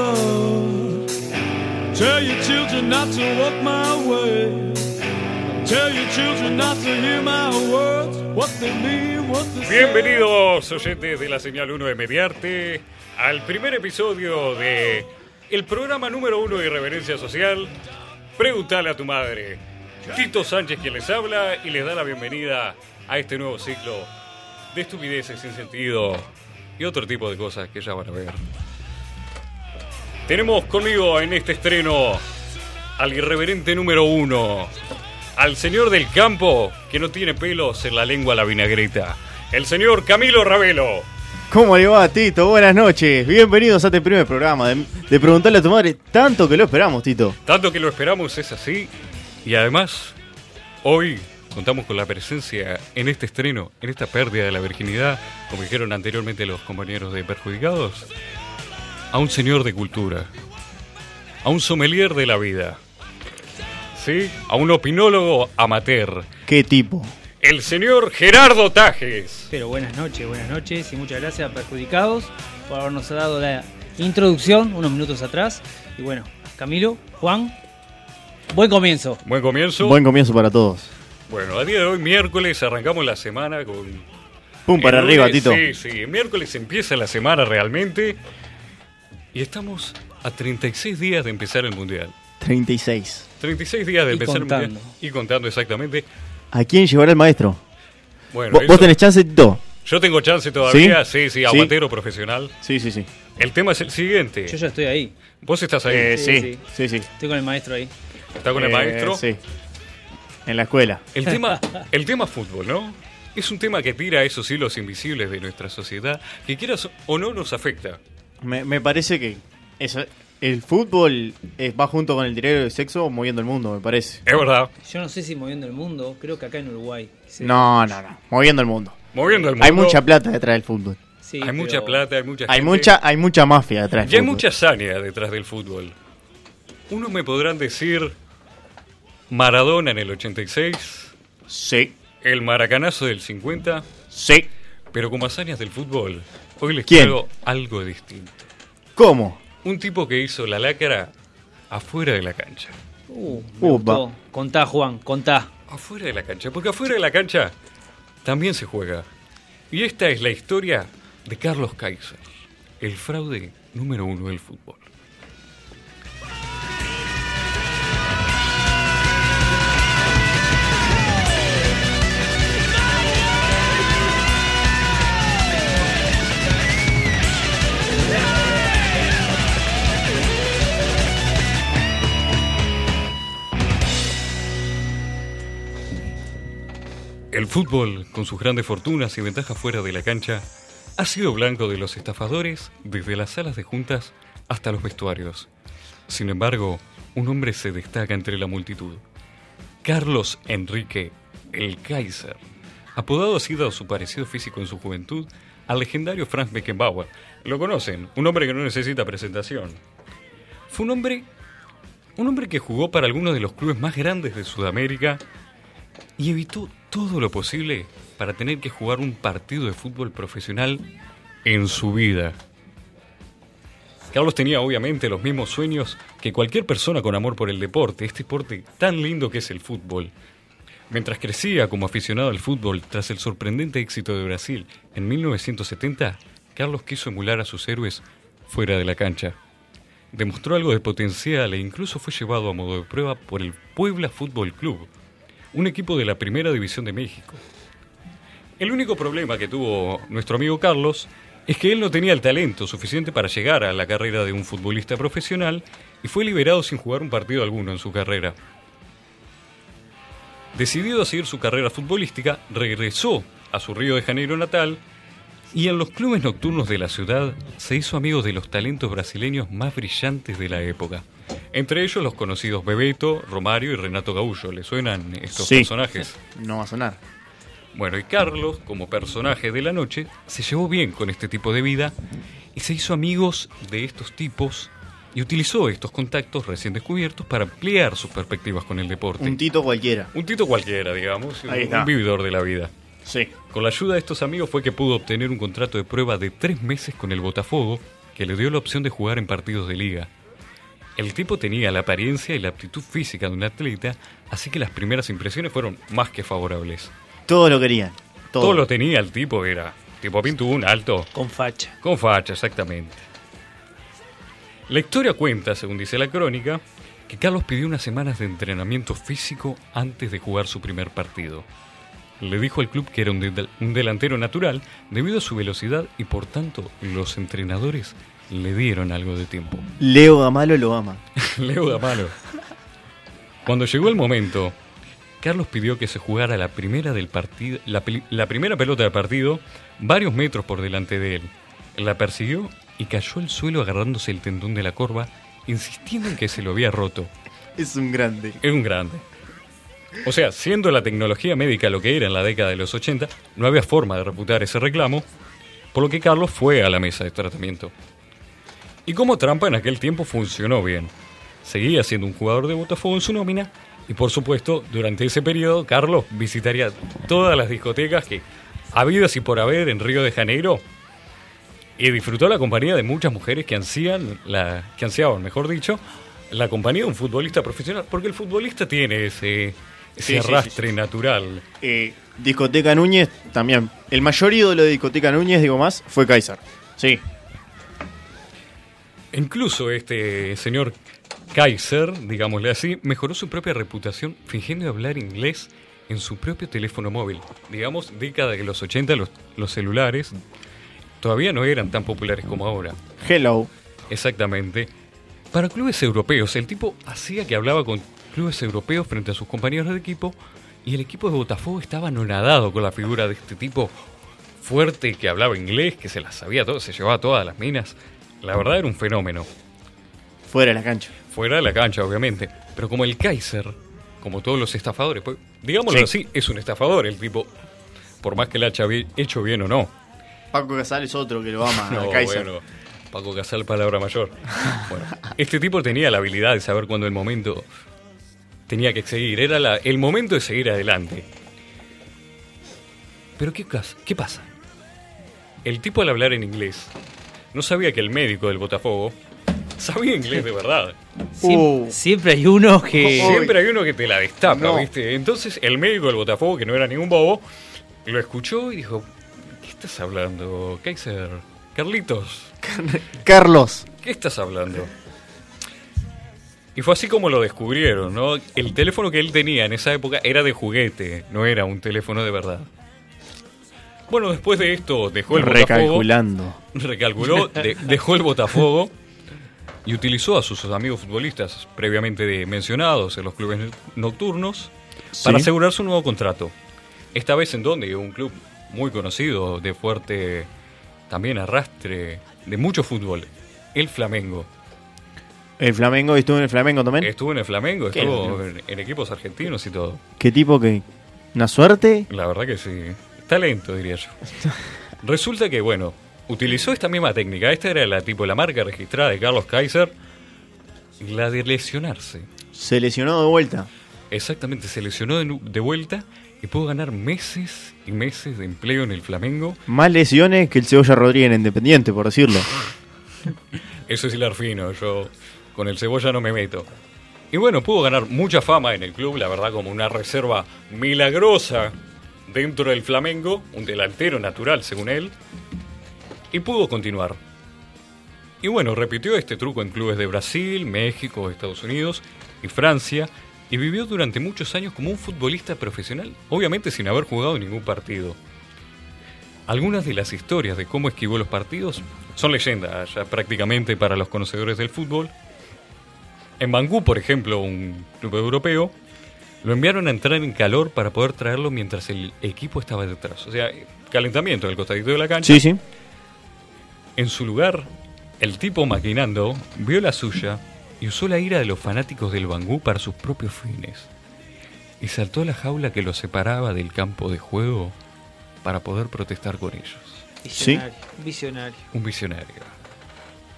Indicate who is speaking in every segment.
Speaker 1: Mother, tell your children not to walk my way. Tell your children not to hear my words, what they mean, what they say.
Speaker 2: Bienvenidos, oyentes de la señal 1 de Mediarte, al primer episodio de el programa número uno de Irreverencia Social, Preguntale a tu madre. Tito Sánchez quien les habla y les da la bienvenida a este nuevo ciclo de estupideces sin sentido y otro tipo de cosas que ya van a ver. Tenemos conmigo en este estreno al irreverente número uno, al señor del campo que no tiene pelos en la lengua la vinagreta, el señor Camilo Ravelo.
Speaker 3: ¿Cómo le va, Tito? Buenas noches. Bienvenidos a este primer programa de, de Preguntarle a tu madre. Tanto que lo esperamos, Tito.
Speaker 2: Tanto que lo esperamos es así y además hoy contamos con la presencia en este estreno, en esta pérdida de la virginidad, como dijeron anteriormente los compañeros de Perjudicados, a un señor de cultura, a un sommelier de la vida, ¿sí? a un opinólogo amateur,
Speaker 3: ¿Qué tipo?
Speaker 2: el señor Gerardo Tajes.
Speaker 4: Pero buenas noches, buenas noches y muchas gracias a Perjudicados por habernos dado la introducción unos minutos atrás. Y bueno, Camilo, Juan, buen comienzo.
Speaker 2: Buen comienzo.
Speaker 3: Buen comienzo para todos.
Speaker 2: Bueno, a día de hoy, miércoles, arrancamos la semana con
Speaker 3: Pum para
Speaker 2: El
Speaker 3: arriba,
Speaker 2: lunes,
Speaker 3: Tito.
Speaker 2: Sí, sí, el miércoles empieza la semana realmente. Y estamos a 36 días de empezar el mundial.
Speaker 3: 36.
Speaker 2: 36 días de
Speaker 4: Y
Speaker 2: empezar el
Speaker 4: contando.
Speaker 2: mundial. Y contando exactamente.
Speaker 3: ¿A quién llevará el maestro?
Speaker 2: Bueno,
Speaker 3: ¿Vos,
Speaker 2: eso-
Speaker 3: vos tenés chance, Tito?
Speaker 2: yo tengo chance todavía. Sí,
Speaker 3: ¿Sí?
Speaker 2: sí,
Speaker 3: Sí.
Speaker 2: aguatero profesional.
Speaker 3: Sí, sí, sí.
Speaker 2: El tema es el siguiente.
Speaker 4: Yo ya estoy ahí,
Speaker 2: Vos estás ahí,
Speaker 3: Eh, sí,
Speaker 4: sí,
Speaker 3: sí, sí.
Speaker 4: estoy con el maestro ahí.
Speaker 2: estás con el
Speaker 3: Eh,
Speaker 2: maestro.
Speaker 3: Sí. En la escuela.
Speaker 2: El tema, el tema fútbol, ¿no? Es un tema que tira a esos hilos invisibles de nuestra sociedad que quieras o no nos afecta.
Speaker 3: Me, me parece que eso- el fútbol eh, va junto con el dinero y sexo moviendo el mundo, me parece.
Speaker 2: Es verdad.
Speaker 4: Yo no sé si moviendo el mundo, creo que acá en Uruguay. se-
Speaker 3: No, no, no. Moviendo el mundo.
Speaker 2: Moviendo el mundo.
Speaker 3: Hay mucha plata detrás del fútbol.
Speaker 4: sí,
Speaker 2: Hay
Speaker 4: pero-
Speaker 2: mucha plata, hay mucha
Speaker 3: Hay
Speaker 2: gente.
Speaker 3: mucha, hay mucha mafia detrás del
Speaker 2: Y hay
Speaker 3: fútbol.
Speaker 2: mucha hazaña detrás del fútbol. Unos me podrán decir Maradona en el 86,
Speaker 3: Sí,
Speaker 2: el Maracanazo del 50,
Speaker 3: sí.
Speaker 2: pero como hazañas del fútbol, hoy les
Speaker 3: ¿Quién?
Speaker 2: traigo algo distinto.
Speaker 3: ¿Cómo?
Speaker 2: Un tipo que hizo la lácara afuera de la cancha.
Speaker 4: Uh, me
Speaker 3: Upa.
Speaker 4: gustó. Contá, Juan, contá.
Speaker 2: Afuera de la cancha, porque afuera de la cancha también se juega. Y esta es la historia de Carlos Kaiser, el fraude número uno del fútbol. El fútbol, con sus grandes fortunas y ventajas fuera de la cancha, ha sido blanco de los estafadores desde las salas de juntas hasta los vestuarios. Sin embargo, un hombre se destaca entre la multitud. Carlos Enrique, el Kaiser, apodado así dado su parecido físico en su juventud al legendario Franz Beckenbauer. Lo conocen, un hombre que no necesita presentación. Fue un hombre, un hombre que jugó para algunos de los clubes más grandes de Sudamérica y evitó todo lo posible para tener que jugar un partido de fútbol profesional en su vida. Carlos tenía obviamente los mismos sueños que cualquier persona con amor por el deporte, este deporte tan lindo que es el fútbol. Mientras crecía como aficionado al fútbol tras el sorprendente éxito de Brasil en 1970, Carlos quiso emular a sus héroes fuera de la cancha. Demostró algo de potencial e incluso fue llevado a modo de prueba por el Puebla Fútbol Club, un equipo de la Primera División de México. El único problema que tuvo nuestro amigo Carlos es que él no tenía el talento suficiente para llegar a la carrera de un futbolista profesional y fue liberado sin jugar un partido alguno en su carrera. Decidido a seguir su carrera futbolística, regresó a su Río de Janeiro natal y en los clubes nocturnos de la ciudad se hizo amigo de los talentos brasileños más brillantes de la época. Entre ellos los conocidos Bebeto, Romario y Renato Gaullo. ¿Le suenan estos
Speaker 3: Sí.
Speaker 2: personajes?
Speaker 3: No va a sonar.
Speaker 2: Bueno, y Carlos, como personaje de la noche, se llevó bien con este tipo de vida y se hizo amigos de estos tipos y utilizó estos contactos recién descubiertos para ampliar sus perspectivas con el deporte.
Speaker 3: Un Tito cualquiera.
Speaker 2: Un tito cualquiera, digamos,
Speaker 3: Ahí
Speaker 2: un,
Speaker 3: está.
Speaker 2: un vividor de la vida.
Speaker 3: Sí.
Speaker 2: Con la ayuda de estos amigos fue que pudo obtener un contrato de prueba de tres meses con el Botafogo, que le dio la opción de jugar en partidos de liga. El tipo tenía la apariencia y la aptitud física de un atleta, así que las primeras impresiones fueron más que favorables.
Speaker 3: Todos lo querían.
Speaker 2: Todo,
Speaker 3: Todos.
Speaker 2: lo tenía el tipo, era tipo un alto,
Speaker 4: Con facha.
Speaker 2: con facha, exactamente. La historia cuenta, según dice la crónica, que Carlos pidió unas semanas de entrenamiento físico antes de jugar su primer partido. Le dijo al club que era un, de- un delantero natural debido a su velocidad y por tanto los entrenadores le dieron algo de tiempo.
Speaker 3: Leo Amalo lo ama.
Speaker 2: Leuda malo. Cuando llegó el momento, Carlos pidió que se jugara la primera, del partido, la, peli- la primera pelota del partido varios metros por delante de él. La persiguió y cayó al suelo agarrándose el tendón de la corva, insistiendo en que se lo había roto.
Speaker 3: Es un grande.
Speaker 2: Es un grande. O sea, siendo la tecnología médica lo que era en la década de los 80, no había forma de reputar ese reclamo, por lo que Carlos fue a la mesa de tratamiento. Y como trampa en aquel tiempo funcionó bien. Seguía siendo un jugador de Botafogo en su nómina y por supuesto, durante ese periodo Carlos visitaría todas las discotecas que habidas y por haber en Río de Janeiro y disfrutó la compañía de muchas mujeres que ansían, la, que ansiaban, mejor dicho, la compañía de un futbolista profesional, porque el futbolista tiene ese, ese
Speaker 3: Sí, sí,
Speaker 2: arrastre
Speaker 3: sí, sí, sí.
Speaker 2: natural.
Speaker 3: Eh, discoteca Núñez también. El mayor ídolo de Discoteca Núñez, digo más, fue Kaiser. Sí.
Speaker 2: Incluso este señor Kaiser, digámosle así, mejoró su propia reputación fingiendo hablar inglés en su propio teléfono móvil. Digamos, década de los 80 los, los celulares todavía no eran tan populares como ahora.
Speaker 3: Hello.
Speaker 2: Exactamente. Para clubes europeos, el tipo hacía que hablaba con clubes europeos frente a sus compañeros de equipo y el equipo de Botafogo estaba anonadado con la figura de este tipo fuerte que hablaba inglés, que se las sabía todo, se llevaba todas las minas. La verdad era un fenómeno.
Speaker 3: Fuera de la cancha.
Speaker 2: Fuera de la cancha, obviamente. Pero como el Kaiser, como todos los estafadores, pues, digámoslo
Speaker 3: Sí.
Speaker 2: así, es un estafador el tipo. Por más que la haya bi- hecho bien o no.
Speaker 3: Paco Casales otro que lo ama
Speaker 2: No,
Speaker 3: a Ah, Kaiser.
Speaker 2: bueno, Paco Casal, palabra mayor. Bueno, este tipo tenía la habilidad de saber cuándo el momento tenía que seguir. Era la- el momento de seguir adelante. Pero ¿qué, cas- ¿qué pasa? El tipo al hablar en inglés no sabía que el médico del Botafogo sabía inglés de verdad.
Speaker 4: Siem-
Speaker 3: Uh.
Speaker 4: Siempre hay uno que.
Speaker 3: Oh.
Speaker 2: Siempre hay uno que te la destapa,
Speaker 3: No.
Speaker 2: ¿viste? Entonces el médico del Botafogo, que no era ningún bobo, lo escuchó y dijo, ¿qué estás hablando, Kaiser? Carlitos,
Speaker 3: Carlos.
Speaker 2: ¿Qué estás hablando? Y fue así como lo descubrieron, ¿no? El teléfono que él tenía en esa época era de juguete, no era un teléfono de verdad. Bueno, después de esto dejó el Botafogo,
Speaker 3: Recalculando.
Speaker 2: recalculó, de- dejó el Botafogo y utilizó a sus amigos futbolistas previamente de- mencionados en los clubes nocturnos para
Speaker 3: Sí.
Speaker 2: asegurar su nuevo contrato. Esta vez en donde un club muy conocido, de fuerte también arrastre, de mucho fútbol, el Flamengo.
Speaker 3: El Flamengo, estuvo en el Flamengo también.
Speaker 2: Estuvo en el Flamengo,
Speaker 3: ¿Eh? ¿Qué?
Speaker 2: estuvo en, en equipos argentinos y todo.
Speaker 3: Qué tipo que. Una suerte.
Speaker 2: La verdad que sí. Talento, diría yo. Resulta que, bueno, utilizó esta misma técnica. Esta era la tipo, la marca registrada de Carlos Kaiser. La de lesionarse.
Speaker 3: Se lesionó de vuelta.
Speaker 2: Exactamente, se lesionó de, nu- de vuelta y pudo ganar meses y meses de empleo en el Flamengo.
Speaker 3: Más lesiones que el Cebolla Rodríguez en Independiente, por decirlo.
Speaker 2: Eso es hilar fino, yo con el cebolla no me meto. Y bueno, pudo ganar mucha fama en el club, la verdad, como una reserva milagrosa dentro del Flamengo, un delantero natural según él, y pudo continuar. Y bueno, repitió este truco en clubes de Brasil, México, Estados Unidos y Francia, y vivió durante muchos años como un futbolista profesional, obviamente sin haber jugado ningún partido. Algunas de las historias de cómo esquivó los partidos son leyendas ya prácticamente para los conocedores del fútbol. En Bangú, por ejemplo, un club europeo, lo enviaron a entrar en calor para poder traerlo mientras el equipo estaba detrás. O sea, calentamiento en el costadito de la cancha.
Speaker 3: Sí, sí.
Speaker 2: En su lugar, el tipo maquinando vio la suya y usó la ira de los fanáticos del Bangú para sus propios fines. Y saltó a la jaula que lo separaba del campo de juego para poder protestar con ellos.
Speaker 4: Visionario. Visionario.
Speaker 2: Un visionario.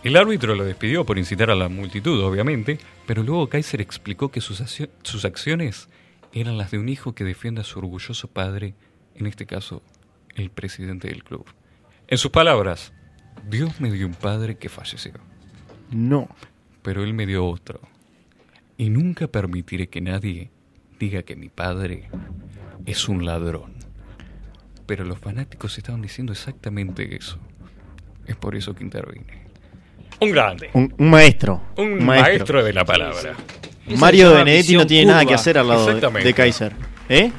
Speaker 2: El árbitro lo despidió por incitar a la multitud, obviamente, pero luego Kaiser explicó que sus, accio- sus acciones eran las de un hijo que defiende a su orgulloso padre, en este caso, el presidente del club. En sus palabras, Dios me dio un padre que falleció,
Speaker 3: No.
Speaker 2: pero él me dio otro. Y nunca permitiré que nadie diga que mi padre es un ladrón. Pero los fanáticos estaban diciendo exactamente eso. Es por eso que intervine. Un grande.
Speaker 3: Un, un maestro.
Speaker 2: Un maestro. de la palabra.
Speaker 4: Eso se
Speaker 3: Mario
Speaker 4: llama
Speaker 3: Benedetti no
Speaker 4: visión
Speaker 3: tiene nada
Speaker 4: curva.
Speaker 3: que hacer al lado de,
Speaker 2: Exactamente.
Speaker 3: de Kaiser. ¿Eh?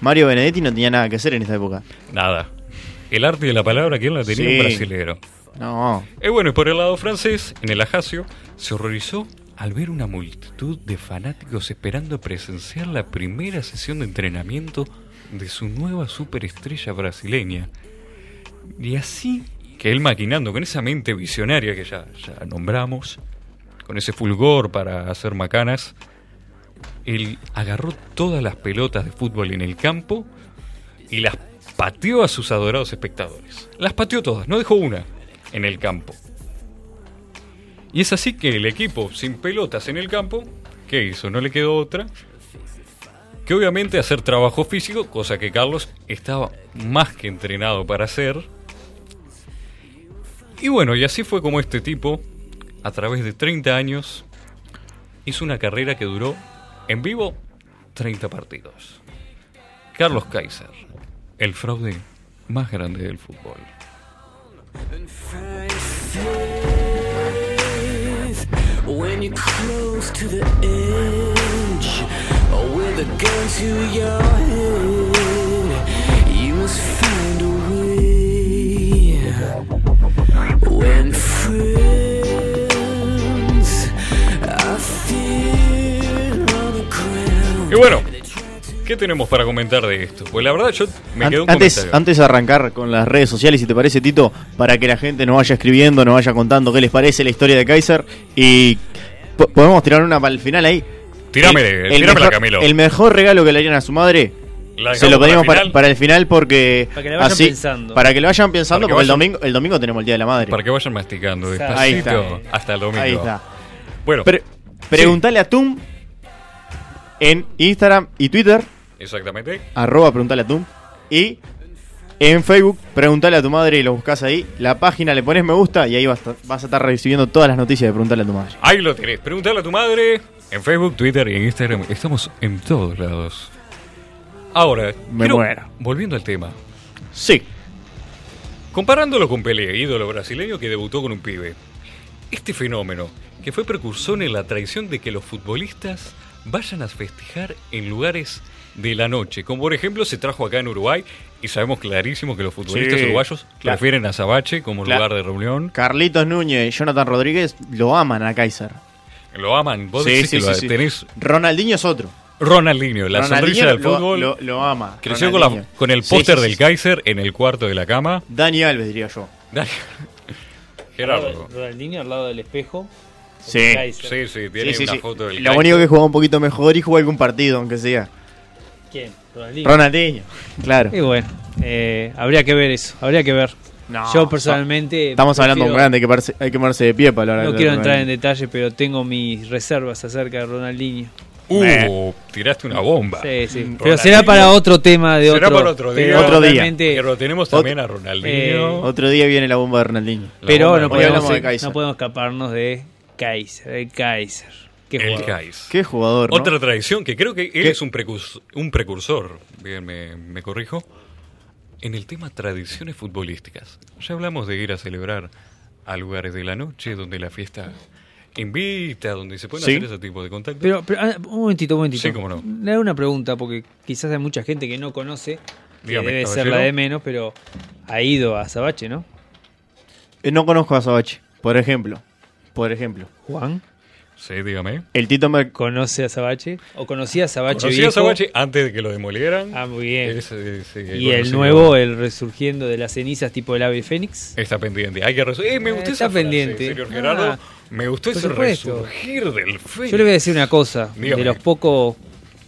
Speaker 3: Mario Benedetti no tenía nada que hacer en esta época.
Speaker 2: Nada. El arte de la palabra, ¿quién la tenía?
Speaker 3: Sí.
Speaker 2: Un brasilero.
Speaker 3: No.
Speaker 2: Y Eh, bueno, y por el lado francés, en el Ajaccio, se horrorizó al ver una multitud de fanáticos esperando presenciar la primera sesión de entrenamiento de su nueva superestrella brasileña. Y así que él maquinando con esa mente visionaria que ya, ya nombramos, con ese fulgor para hacer macanas, él agarró todas las pelotas de fútbol en el campo y las pateó a sus adorados espectadores. Las pateó todas, no dejó una en el campo. Y es así que el equipo sin pelotas en el campo, ¿qué hizo? No le quedó otra que obviamente hacer trabajo físico, cosa que Carlos estaba más que entrenado para hacer. Y bueno, y así fue como este tipo, a través de 30 años, hizo una carrera que duró en vivo 30 partidos. Carlos Kaiser, el fraude más grande del fútbol.
Speaker 5: faith when you're close to the edge or with a gun to your head you must find a way when friends are feared on the ground
Speaker 2: Y bueno, ¿qué tenemos para comentar de esto? Pues la verdad yo me
Speaker 3: An-
Speaker 2: quedo un
Speaker 3: antes,
Speaker 2: comentario.
Speaker 3: antes de arrancar con las redes sociales, si te parece, Tito, para que la gente nos vaya escribiendo, nos vaya contando qué les parece la historia de Kaiser. Y po- podemos tirar una para el final ahí.
Speaker 2: Tírame,
Speaker 3: El-
Speaker 2: eh,
Speaker 3: el
Speaker 2: tíramela,
Speaker 3: mejor-
Speaker 2: Camilo.
Speaker 3: El mejor regalo que le harían a su madre.
Speaker 2: La
Speaker 3: Se
Speaker 2: dejamos
Speaker 3: lo pedimos para,
Speaker 2: final,
Speaker 3: para el final porque.
Speaker 4: Para que la vayan
Speaker 3: así-
Speaker 4: pensando.
Speaker 3: Para que lo vayan
Speaker 2: Para
Speaker 3: pensando,
Speaker 2: que
Speaker 3: porque el,
Speaker 2: vayan-
Speaker 3: domingo, el domingo tenemos el Día de la Madre.
Speaker 2: para que vayan masticando despacito
Speaker 4: Ahí
Speaker 3: está.
Speaker 2: hasta el domingo.
Speaker 3: Ahí está.
Speaker 2: Bueno,
Speaker 3: Pre- preguntale a Tum en Instagram y Twitter.
Speaker 2: exactamente.
Speaker 3: arroba preguntale a tu y en Facebook preguntale a tu madre y lo buscas ahí, la página le pones me gusta y ahí vas a, vas a estar recibiendo todas las noticias de preguntarle a tu madre.
Speaker 2: Ahí lo tenés. Pregúntale a tu madre en Facebook, Twitter y en Instagram. Estamos en todos lados. Ahora,
Speaker 3: Me muero.
Speaker 2: volviendo al tema.
Speaker 3: Sí,
Speaker 2: Comparándolo con Pelé, ídolo brasileño que debutó con un pibe. Este fenómeno, que fue precursor en la tradición de que los futbolistas vayan a festejar en lugares de la noche, como por ejemplo se trajo acá en Uruguay y sabemos clarísimo que los futbolistas
Speaker 3: Sí.
Speaker 2: uruguayos
Speaker 3: Claro.
Speaker 2: prefieren a Zabache como
Speaker 3: Claro.
Speaker 2: lugar de reunión.
Speaker 3: Carlitos Núñez y Jonathan Rodríguez lo aman a Kaiser.
Speaker 2: Lo aman, vos decís que lo tenés
Speaker 3: Ronaldinho es otro.
Speaker 2: Ronaldinho, la
Speaker 3: Ronaldinho
Speaker 2: sonrisa del
Speaker 3: lo,
Speaker 2: fútbol.
Speaker 3: Lo, lo ama.
Speaker 2: creció con, la-
Speaker 3: Ronaldinho.
Speaker 2: con el
Speaker 3: Sí,
Speaker 2: póster
Speaker 3: sí,
Speaker 2: del
Speaker 3: sí, sí.
Speaker 2: Kaiser en el cuarto de la cama.
Speaker 3: Dani Alves, diría yo.
Speaker 2: Dale. Gerardo.
Speaker 4: Ronaldinho al lado del espejo.
Speaker 3: Sí.
Speaker 2: Sí,
Speaker 4: Kaiser.
Speaker 2: sí, tiene
Speaker 3: Sí, sí,
Speaker 2: una
Speaker 3: sí.
Speaker 2: foto del
Speaker 3: Lo
Speaker 2: Kaiser.
Speaker 3: único que jugaba un poquito mejor y jugó algún partido, aunque sea.
Speaker 4: ¿Quién? Ronaldinho.
Speaker 3: Ronaldinho, claro.
Speaker 4: Y bueno, eh, habría que ver eso, habría que ver.
Speaker 3: No,
Speaker 4: Yo personalmente.
Speaker 3: Estamos hablando de un
Speaker 4: prefiero-
Speaker 3: grande, hay que, pararse- hay que ponerse de pie para hablar
Speaker 4: No
Speaker 3: de
Speaker 4: quiero entrar en
Speaker 3: Ronaldinho.
Speaker 4: detalle, pero tengo mis reservas acerca de Ronaldinho.
Speaker 2: Uh, tiraste una
Speaker 3: Ah,
Speaker 2: bomba.
Speaker 4: Sí, sí. Pero
Speaker 2: Ronaldinho.
Speaker 4: será para otro tema de
Speaker 2: Será
Speaker 4: otro.
Speaker 2: para otro día.
Speaker 4: pero
Speaker 3: mm, Otro día.
Speaker 4: realmente-
Speaker 2: Pero tenemos
Speaker 3: Otro-
Speaker 2: también a
Speaker 4: eh,
Speaker 2: Ronaldinho.
Speaker 3: Otro día viene la bomba de Ronaldinho.
Speaker 2: La
Speaker 4: Pero
Speaker 2: bomba
Speaker 4: no
Speaker 2: de
Speaker 3: Hoy hablamos
Speaker 4: podemos,
Speaker 2: Ronaldinho.
Speaker 3: de Kaiser.
Speaker 4: no podemos escaparnos de Kaiser, de Kaiser. Qué
Speaker 2: El
Speaker 4: jugador.
Speaker 2: Kaiser.
Speaker 3: Qué jugador, ¿no?
Speaker 2: Otra tradición que creo que él
Speaker 3: ¿Qué?
Speaker 2: es un, precus- un precursor, bien me, me corrijo, en el tema tradiciones futbolísticas. Ya hablamos de ir a celebrar a lugares de la noche donde la fiesta invita, donde se pueden
Speaker 3: Sí.
Speaker 2: hacer ese tipo de contactos.
Speaker 4: Pero, pero, ah, un momentito, un momentito.
Speaker 2: Sí, cómo no.
Speaker 4: Le hago una pregunta, porque quizás hay mucha gente que no conoce, que
Speaker 2: Dígame,
Speaker 4: debe ser
Speaker 2: caballero.
Speaker 4: la de menos, pero ha ido a Sabache, ¿no?
Speaker 3: Eh, No conozco a Sabache, por ejemplo. Por ejemplo.
Speaker 4: Juan,
Speaker 2: sí, dígame.
Speaker 3: El Tito Mer-
Speaker 4: ¿conoce a Sabache? ¿O conocía a Sabache
Speaker 2: Conocí
Speaker 4: viejo?
Speaker 2: a Sabache antes de que lo demolieran.
Speaker 4: Ah, muy bien.
Speaker 2: Es, eh, sí,
Speaker 4: y el
Speaker 2: conocido.
Speaker 4: nuevo, el resurgiendo de las cenizas, tipo el ave fénix.
Speaker 2: Está pendiente. Hay que resu- Eh, me gustó
Speaker 4: Está
Speaker 2: esa frase,
Speaker 4: pendiente.
Speaker 2: señor Gerardo.
Speaker 4: Ah,
Speaker 2: me gustó
Speaker 4: por
Speaker 2: ese
Speaker 4: supuesto.
Speaker 2: resurgir del fe.
Speaker 4: Yo le voy a decir una cosa,
Speaker 2: Dígame.
Speaker 4: de los pocos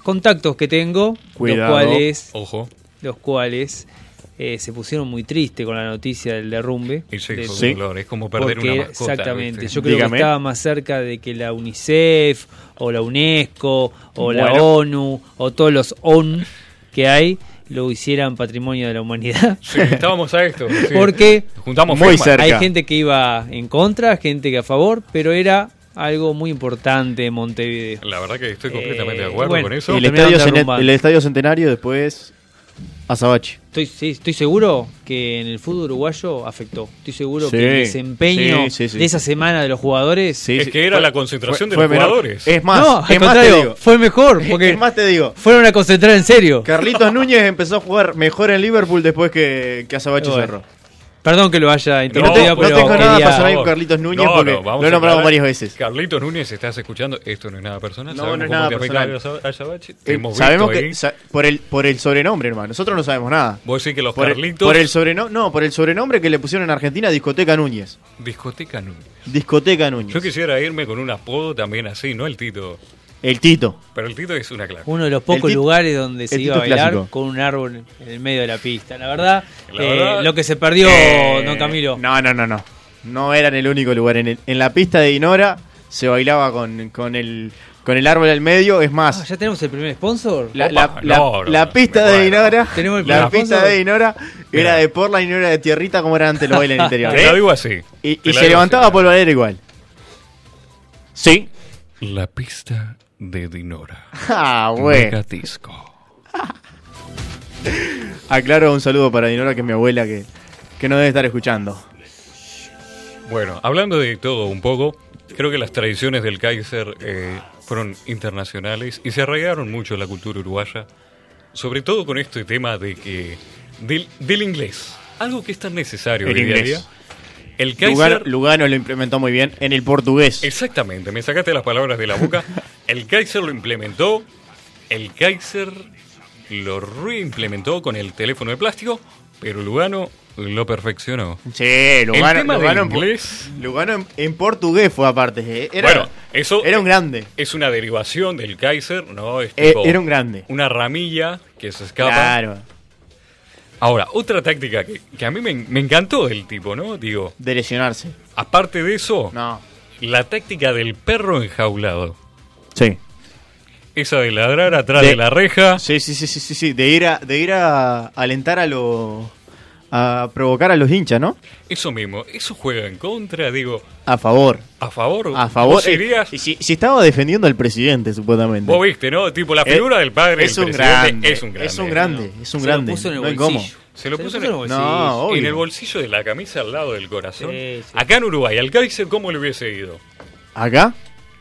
Speaker 4: contactos que tengo,
Speaker 3: Cuidado.
Speaker 4: los cuales,
Speaker 2: Ojo.
Speaker 4: los cuales eh, se pusieron muy tristes con la noticia del derrumbe.
Speaker 2: Y sí,
Speaker 4: del-
Speaker 2: fue un
Speaker 3: Sí.
Speaker 2: dolor, Es como perder
Speaker 4: Porque
Speaker 2: una
Speaker 4: era-
Speaker 2: mascota.
Speaker 4: Exactamente.
Speaker 2: ¿viste?
Speaker 4: Yo creo
Speaker 3: Dígame.
Speaker 4: que estaba más cerca de que la UNICEF o la UNESCO o la
Speaker 3: Bueno.
Speaker 4: ONU o todos los ON que hay lo hicieran patrimonio de la humanidad.
Speaker 2: Sí, estábamos a esto. sí.
Speaker 4: Porque
Speaker 2: juntamos
Speaker 3: Muy
Speaker 2: firmas.
Speaker 3: cerca.
Speaker 4: hay gente que iba en contra, gente que a favor, pero era algo muy importante en Montevideo.
Speaker 2: La verdad que estoy completamente
Speaker 4: Eh,
Speaker 2: de acuerdo
Speaker 4: bueno.
Speaker 2: con eso.
Speaker 3: El
Speaker 4: terminaron
Speaker 3: estadio,
Speaker 4: de
Speaker 3: Cene-
Speaker 4: arrumbar.
Speaker 3: el estadio Centenario después Azabache.
Speaker 4: Estoy, sí, estoy seguro que en el fútbol uruguayo afectó. Estoy seguro
Speaker 3: Sí.
Speaker 4: que el desempeño
Speaker 3: Sí, sí, sí.
Speaker 4: de esa semana de los jugadores.
Speaker 3: Sí,
Speaker 2: es
Speaker 3: sí,
Speaker 2: que era
Speaker 3: fue-
Speaker 2: la concentración de
Speaker 3: fue
Speaker 2: los
Speaker 3: menor.
Speaker 2: jugadores.
Speaker 3: Es más,
Speaker 4: no, al
Speaker 3: es más te
Speaker 4: contrario,
Speaker 3: digo.
Speaker 4: fue mejor porque
Speaker 3: Es más te digo.
Speaker 4: fueron a concentrar en serio.
Speaker 3: Carlitos Núñez empezó a jugar mejor en Liverpool después que, que Azabache
Speaker 4: Bueno,
Speaker 3: cerró.
Speaker 4: Perdón que lo haya
Speaker 3: No, no,
Speaker 4: interrumpido,
Speaker 3: no
Speaker 4: pero
Speaker 3: tengo nada
Speaker 4: quería-
Speaker 3: personal con Carlitos Núñez porque
Speaker 2: Oh, vamos
Speaker 3: lo
Speaker 2: a
Speaker 3: he nombrado
Speaker 2: aclarar.
Speaker 3: varias veces.
Speaker 2: Carlitos Núñez, estás escuchando. Esto no es nada personal.
Speaker 3: No,
Speaker 2: sabemos
Speaker 3: no es
Speaker 2: cómo
Speaker 3: nada
Speaker 2: te afecta
Speaker 3: personal.
Speaker 2: a Yabachi, te
Speaker 3: Eh,
Speaker 2: hemos visto
Speaker 3: sabemos
Speaker 2: ahí.
Speaker 3: que sa- por el por el sobrenombre, hermano. Nosotros no sabemos nada.
Speaker 2: Vos decís que los
Speaker 3: Por el,
Speaker 2: Carlitos.
Speaker 3: por el sobrenombre, no, por el sobrenombre que le pusieron en Argentina Discoteca Núñez.
Speaker 2: Discoteca Núñez.
Speaker 3: Discoteca Núñez.
Speaker 2: Yo quisiera irme con un apodo también así, no el Tito.
Speaker 3: El Tito.
Speaker 2: Pero el Tito es una clave.
Speaker 4: Uno de los pocos
Speaker 3: tit-
Speaker 4: lugares donde se
Speaker 3: el
Speaker 4: iba a
Speaker 3: tito
Speaker 4: bailar
Speaker 3: clásico.
Speaker 4: con un árbol en el medio de la pista. La verdad,
Speaker 2: La
Speaker 4: eh,
Speaker 2: verdad-
Speaker 4: lo que se perdió,
Speaker 3: Eh,
Speaker 4: don Camilo.
Speaker 3: No, no, no, no. No eran el único lugar. En, el- en la pista de Dinora se bailaba con, con el con el árbol al medio. Es más,
Speaker 4: Ah, ¿Ya tenemos el primer sponsor?
Speaker 3: la,
Speaker 2: Opa,
Speaker 3: la- la-
Speaker 2: no, no,
Speaker 3: la
Speaker 2: no,
Speaker 3: pista
Speaker 2: me
Speaker 3: de
Speaker 2: muero.
Speaker 3: Dinora,
Speaker 4: Tenemos el
Speaker 3: la
Speaker 4: primer
Speaker 3: pista
Speaker 4: sponsor.
Speaker 3: de Dinora era
Speaker 2: Mira.
Speaker 3: de porla y no era de tierrita como era antes los bailes en el interior.
Speaker 2: Te lo digo así.
Speaker 3: Y,
Speaker 2: Te
Speaker 3: y
Speaker 2: la
Speaker 3: se
Speaker 2: digo
Speaker 3: levantaba
Speaker 2: así.
Speaker 3: por Valera igual. Sí.
Speaker 2: La pista de Dinora.
Speaker 3: Ah, bueno.
Speaker 2: Mega disco.
Speaker 3: Aclaro un saludo para Dinora, que es mi abuela, que, que no debe estar escuchando.
Speaker 2: Bueno, hablando de todo un poco, creo que las tradiciones del Kaiser eh, fueron internacionales y se arraigaron mucho en la cultura uruguaya, sobre todo con este tema de que del, del inglés, algo que es tan necesario
Speaker 3: El
Speaker 2: hoy día a
Speaker 3: inglés.
Speaker 2: día. El Kaiser,
Speaker 3: Lugano, Lugano lo implementó muy bien en el portugués.
Speaker 2: exactamente, me sacaste las palabras de la boca. El Kaiser lo implementó, el Kaiser lo reimplementó con el teléfono de plástico, pero Lugano lo perfeccionó.
Speaker 3: Sí, Lugano,
Speaker 2: tema del
Speaker 3: Lugano en, por-
Speaker 2: inglés.
Speaker 3: Lugano en, en portugués fue aparte. eh. Era,
Speaker 2: Bueno, eso-
Speaker 3: era un grande.
Speaker 2: Es una derivación del Kaiser, ¿no? Es
Speaker 3: Eh,
Speaker 2: tipo
Speaker 3: era un grande.
Speaker 2: Una ramilla que se escapa.
Speaker 3: Claro.
Speaker 2: Ahora, otra táctica que, que a mí me, me encantó del tipo, ¿no? Digo,
Speaker 3: De lesionarse.
Speaker 2: aparte de eso,
Speaker 3: No.
Speaker 2: la táctica del perro enjaulado.
Speaker 3: Sí.
Speaker 2: Esa de ladrar atrás de,
Speaker 3: De-
Speaker 2: la reja.
Speaker 3: Sí, sí, sí, sí, sí, sí. De ir a, de ir a alentar a los. a provocar a los hinchas, ¿no?
Speaker 2: Eso mismo, eso juega en contra, digo,
Speaker 3: A favor.
Speaker 2: a favor.
Speaker 3: A favor.
Speaker 2: Vos dirías-
Speaker 3: Eh, si, si estaba defendiendo al presidente, supuestamente.
Speaker 2: vos viste, ¿no? Tipo, la
Speaker 3: Eh,
Speaker 2: figura del padre
Speaker 3: es
Speaker 2: del
Speaker 3: un,
Speaker 2: presidente
Speaker 3: grande,
Speaker 2: es un grande.
Speaker 3: Es un grande. Es un grande.
Speaker 4: Se lo puso en el
Speaker 3: no hay
Speaker 4: bolsillo.
Speaker 3: cómo.
Speaker 2: Se lo puso en el-
Speaker 3: No, obvio.
Speaker 2: En el bolsillo de la camisa al lado del corazón.
Speaker 4: Sí, sí.
Speaker 2: Acá en Uruguay, al Kaiser, ¿cómo le hubiese ido?
Speaker 3: Acá,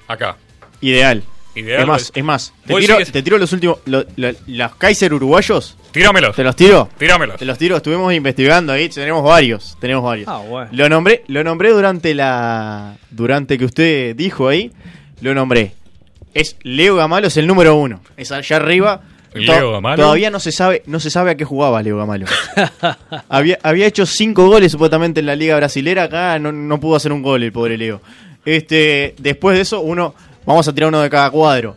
Speaker 2: Acá.
Speaker 3: ideal.
Speaker 2: Ideal,
Speaker 3: es más,
Speaker 2: pues.
Speaker 3: es más. Te
Speaker 2: Vos
Speaker 3: tiro,
Speaker 2: sigues-
Speaker 3: te tiro los últimos. lo- lo- los Kaiser uruguayos.
Speaker 2: Tíramelos.
Speaker 3: ¿Te los tiro?
Speaker 2: Tíramelos.
Speaker 3: Te los tiro, estuvimos investigando ahí, tenemos varios, tenemos varios.
Speaker 4: Ah, bueno.
Speaker 3: Lo nombré, lo nombré durante la durante que usted dijo ahí, lo nombré. Es Leo Gamalo es el número uno. Es allá arriba.
Speaker 2: Leo
Speaker 3: To-
Speaker 2: Gamalo.
Speaker 3: Todavía no se sabe, no se sabe a qué jugaba Leo Gamalo. había, había hecho cinco goles supuestamente en la liga brasilera, acá no, no pudo hacer un gol el pobre Leo. Este, después de eso, uno, vamos a tirar uno de cada cuadro.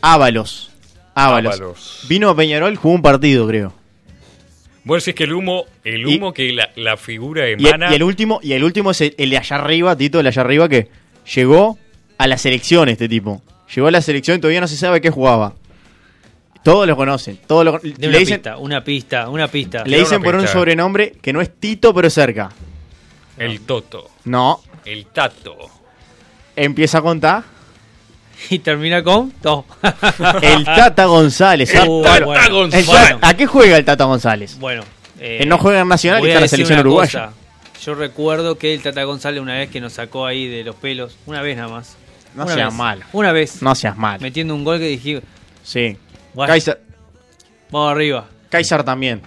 Speaker 3: Ábalos. Ábalos.
Speaker 2: Ábalos.
Speaker 3: Vino a Peñarol, jugó un partido, creo.
Speaker 2: Bueno, si es que el humo, el
Speaker 3: Y-
Speaker 2: humo que la, la figura
Speaker 3: Y el,
Speaker 2: emana.
Speaker 3: y el último, y el último es el, el de allá arriba, Tito, el de allá arriba que llegó a la selección este tipo. Llegó a la selección y todavía no se sabe qué jugaba. Todos lo conocen, todos lo con-
Speaker 4: De
Speaker 3: le
Speaker 4: una
Speaker 3: dicen,
Speaker 4: pista, una pista, una pista.
Speaker 3: le
Speaker 2: Era
Speaker 3: dicen
Speaker 2: una
Speaker 3: por un
Speaker 2: pista.
Speaker 3: sobrenombre que no es Tito, pero es cerca.
Speaker 2: el toto,
Speaker 3: No,
Speaker 2: el tato.
Speaker 3: empieza a contar.
Speaker 4: Y termina con. No.
Speaker 3: El Tata González.
Speaker 4: Uh,
Speaker 3: Ah,
Speaker 4: bueno,
Speaker 2: Tata
Speaker 3: el
Speaker 2: González.
Speaker 3: Tata-
Speaker 4: bueno,
Speaker 3: ¿A qué juega el Tata González?
Speaker 4: Bueno, eh,
Speaker 3: Que no juega en Nacional y
Speaker 4: voy
Speaker 3: está en la
Speaker 4: decir
Speaker 3: selección
Speaker 4: una
Speaker 3: uruguaya.
Speaker 4: cosa. Yo recuerdo que el Tata González una vez que nos sacó ahí de los pelos, una vez nada más.
Speaker 3: No
Speaker 4: una
Speaker 3: seas
Speaker 4: vez,
Speaker 3: malo.
Speaker 4: Una vez,
Speaker 3: No seas mal.
Speaker 4: metiendo un gol que dije,
Speaker 3: Sí.
Speaker 4: Bueno.
Speaker 3: Kaiser,
Speaker 4: vamos arriba.
Speaker 3: Kaiser también.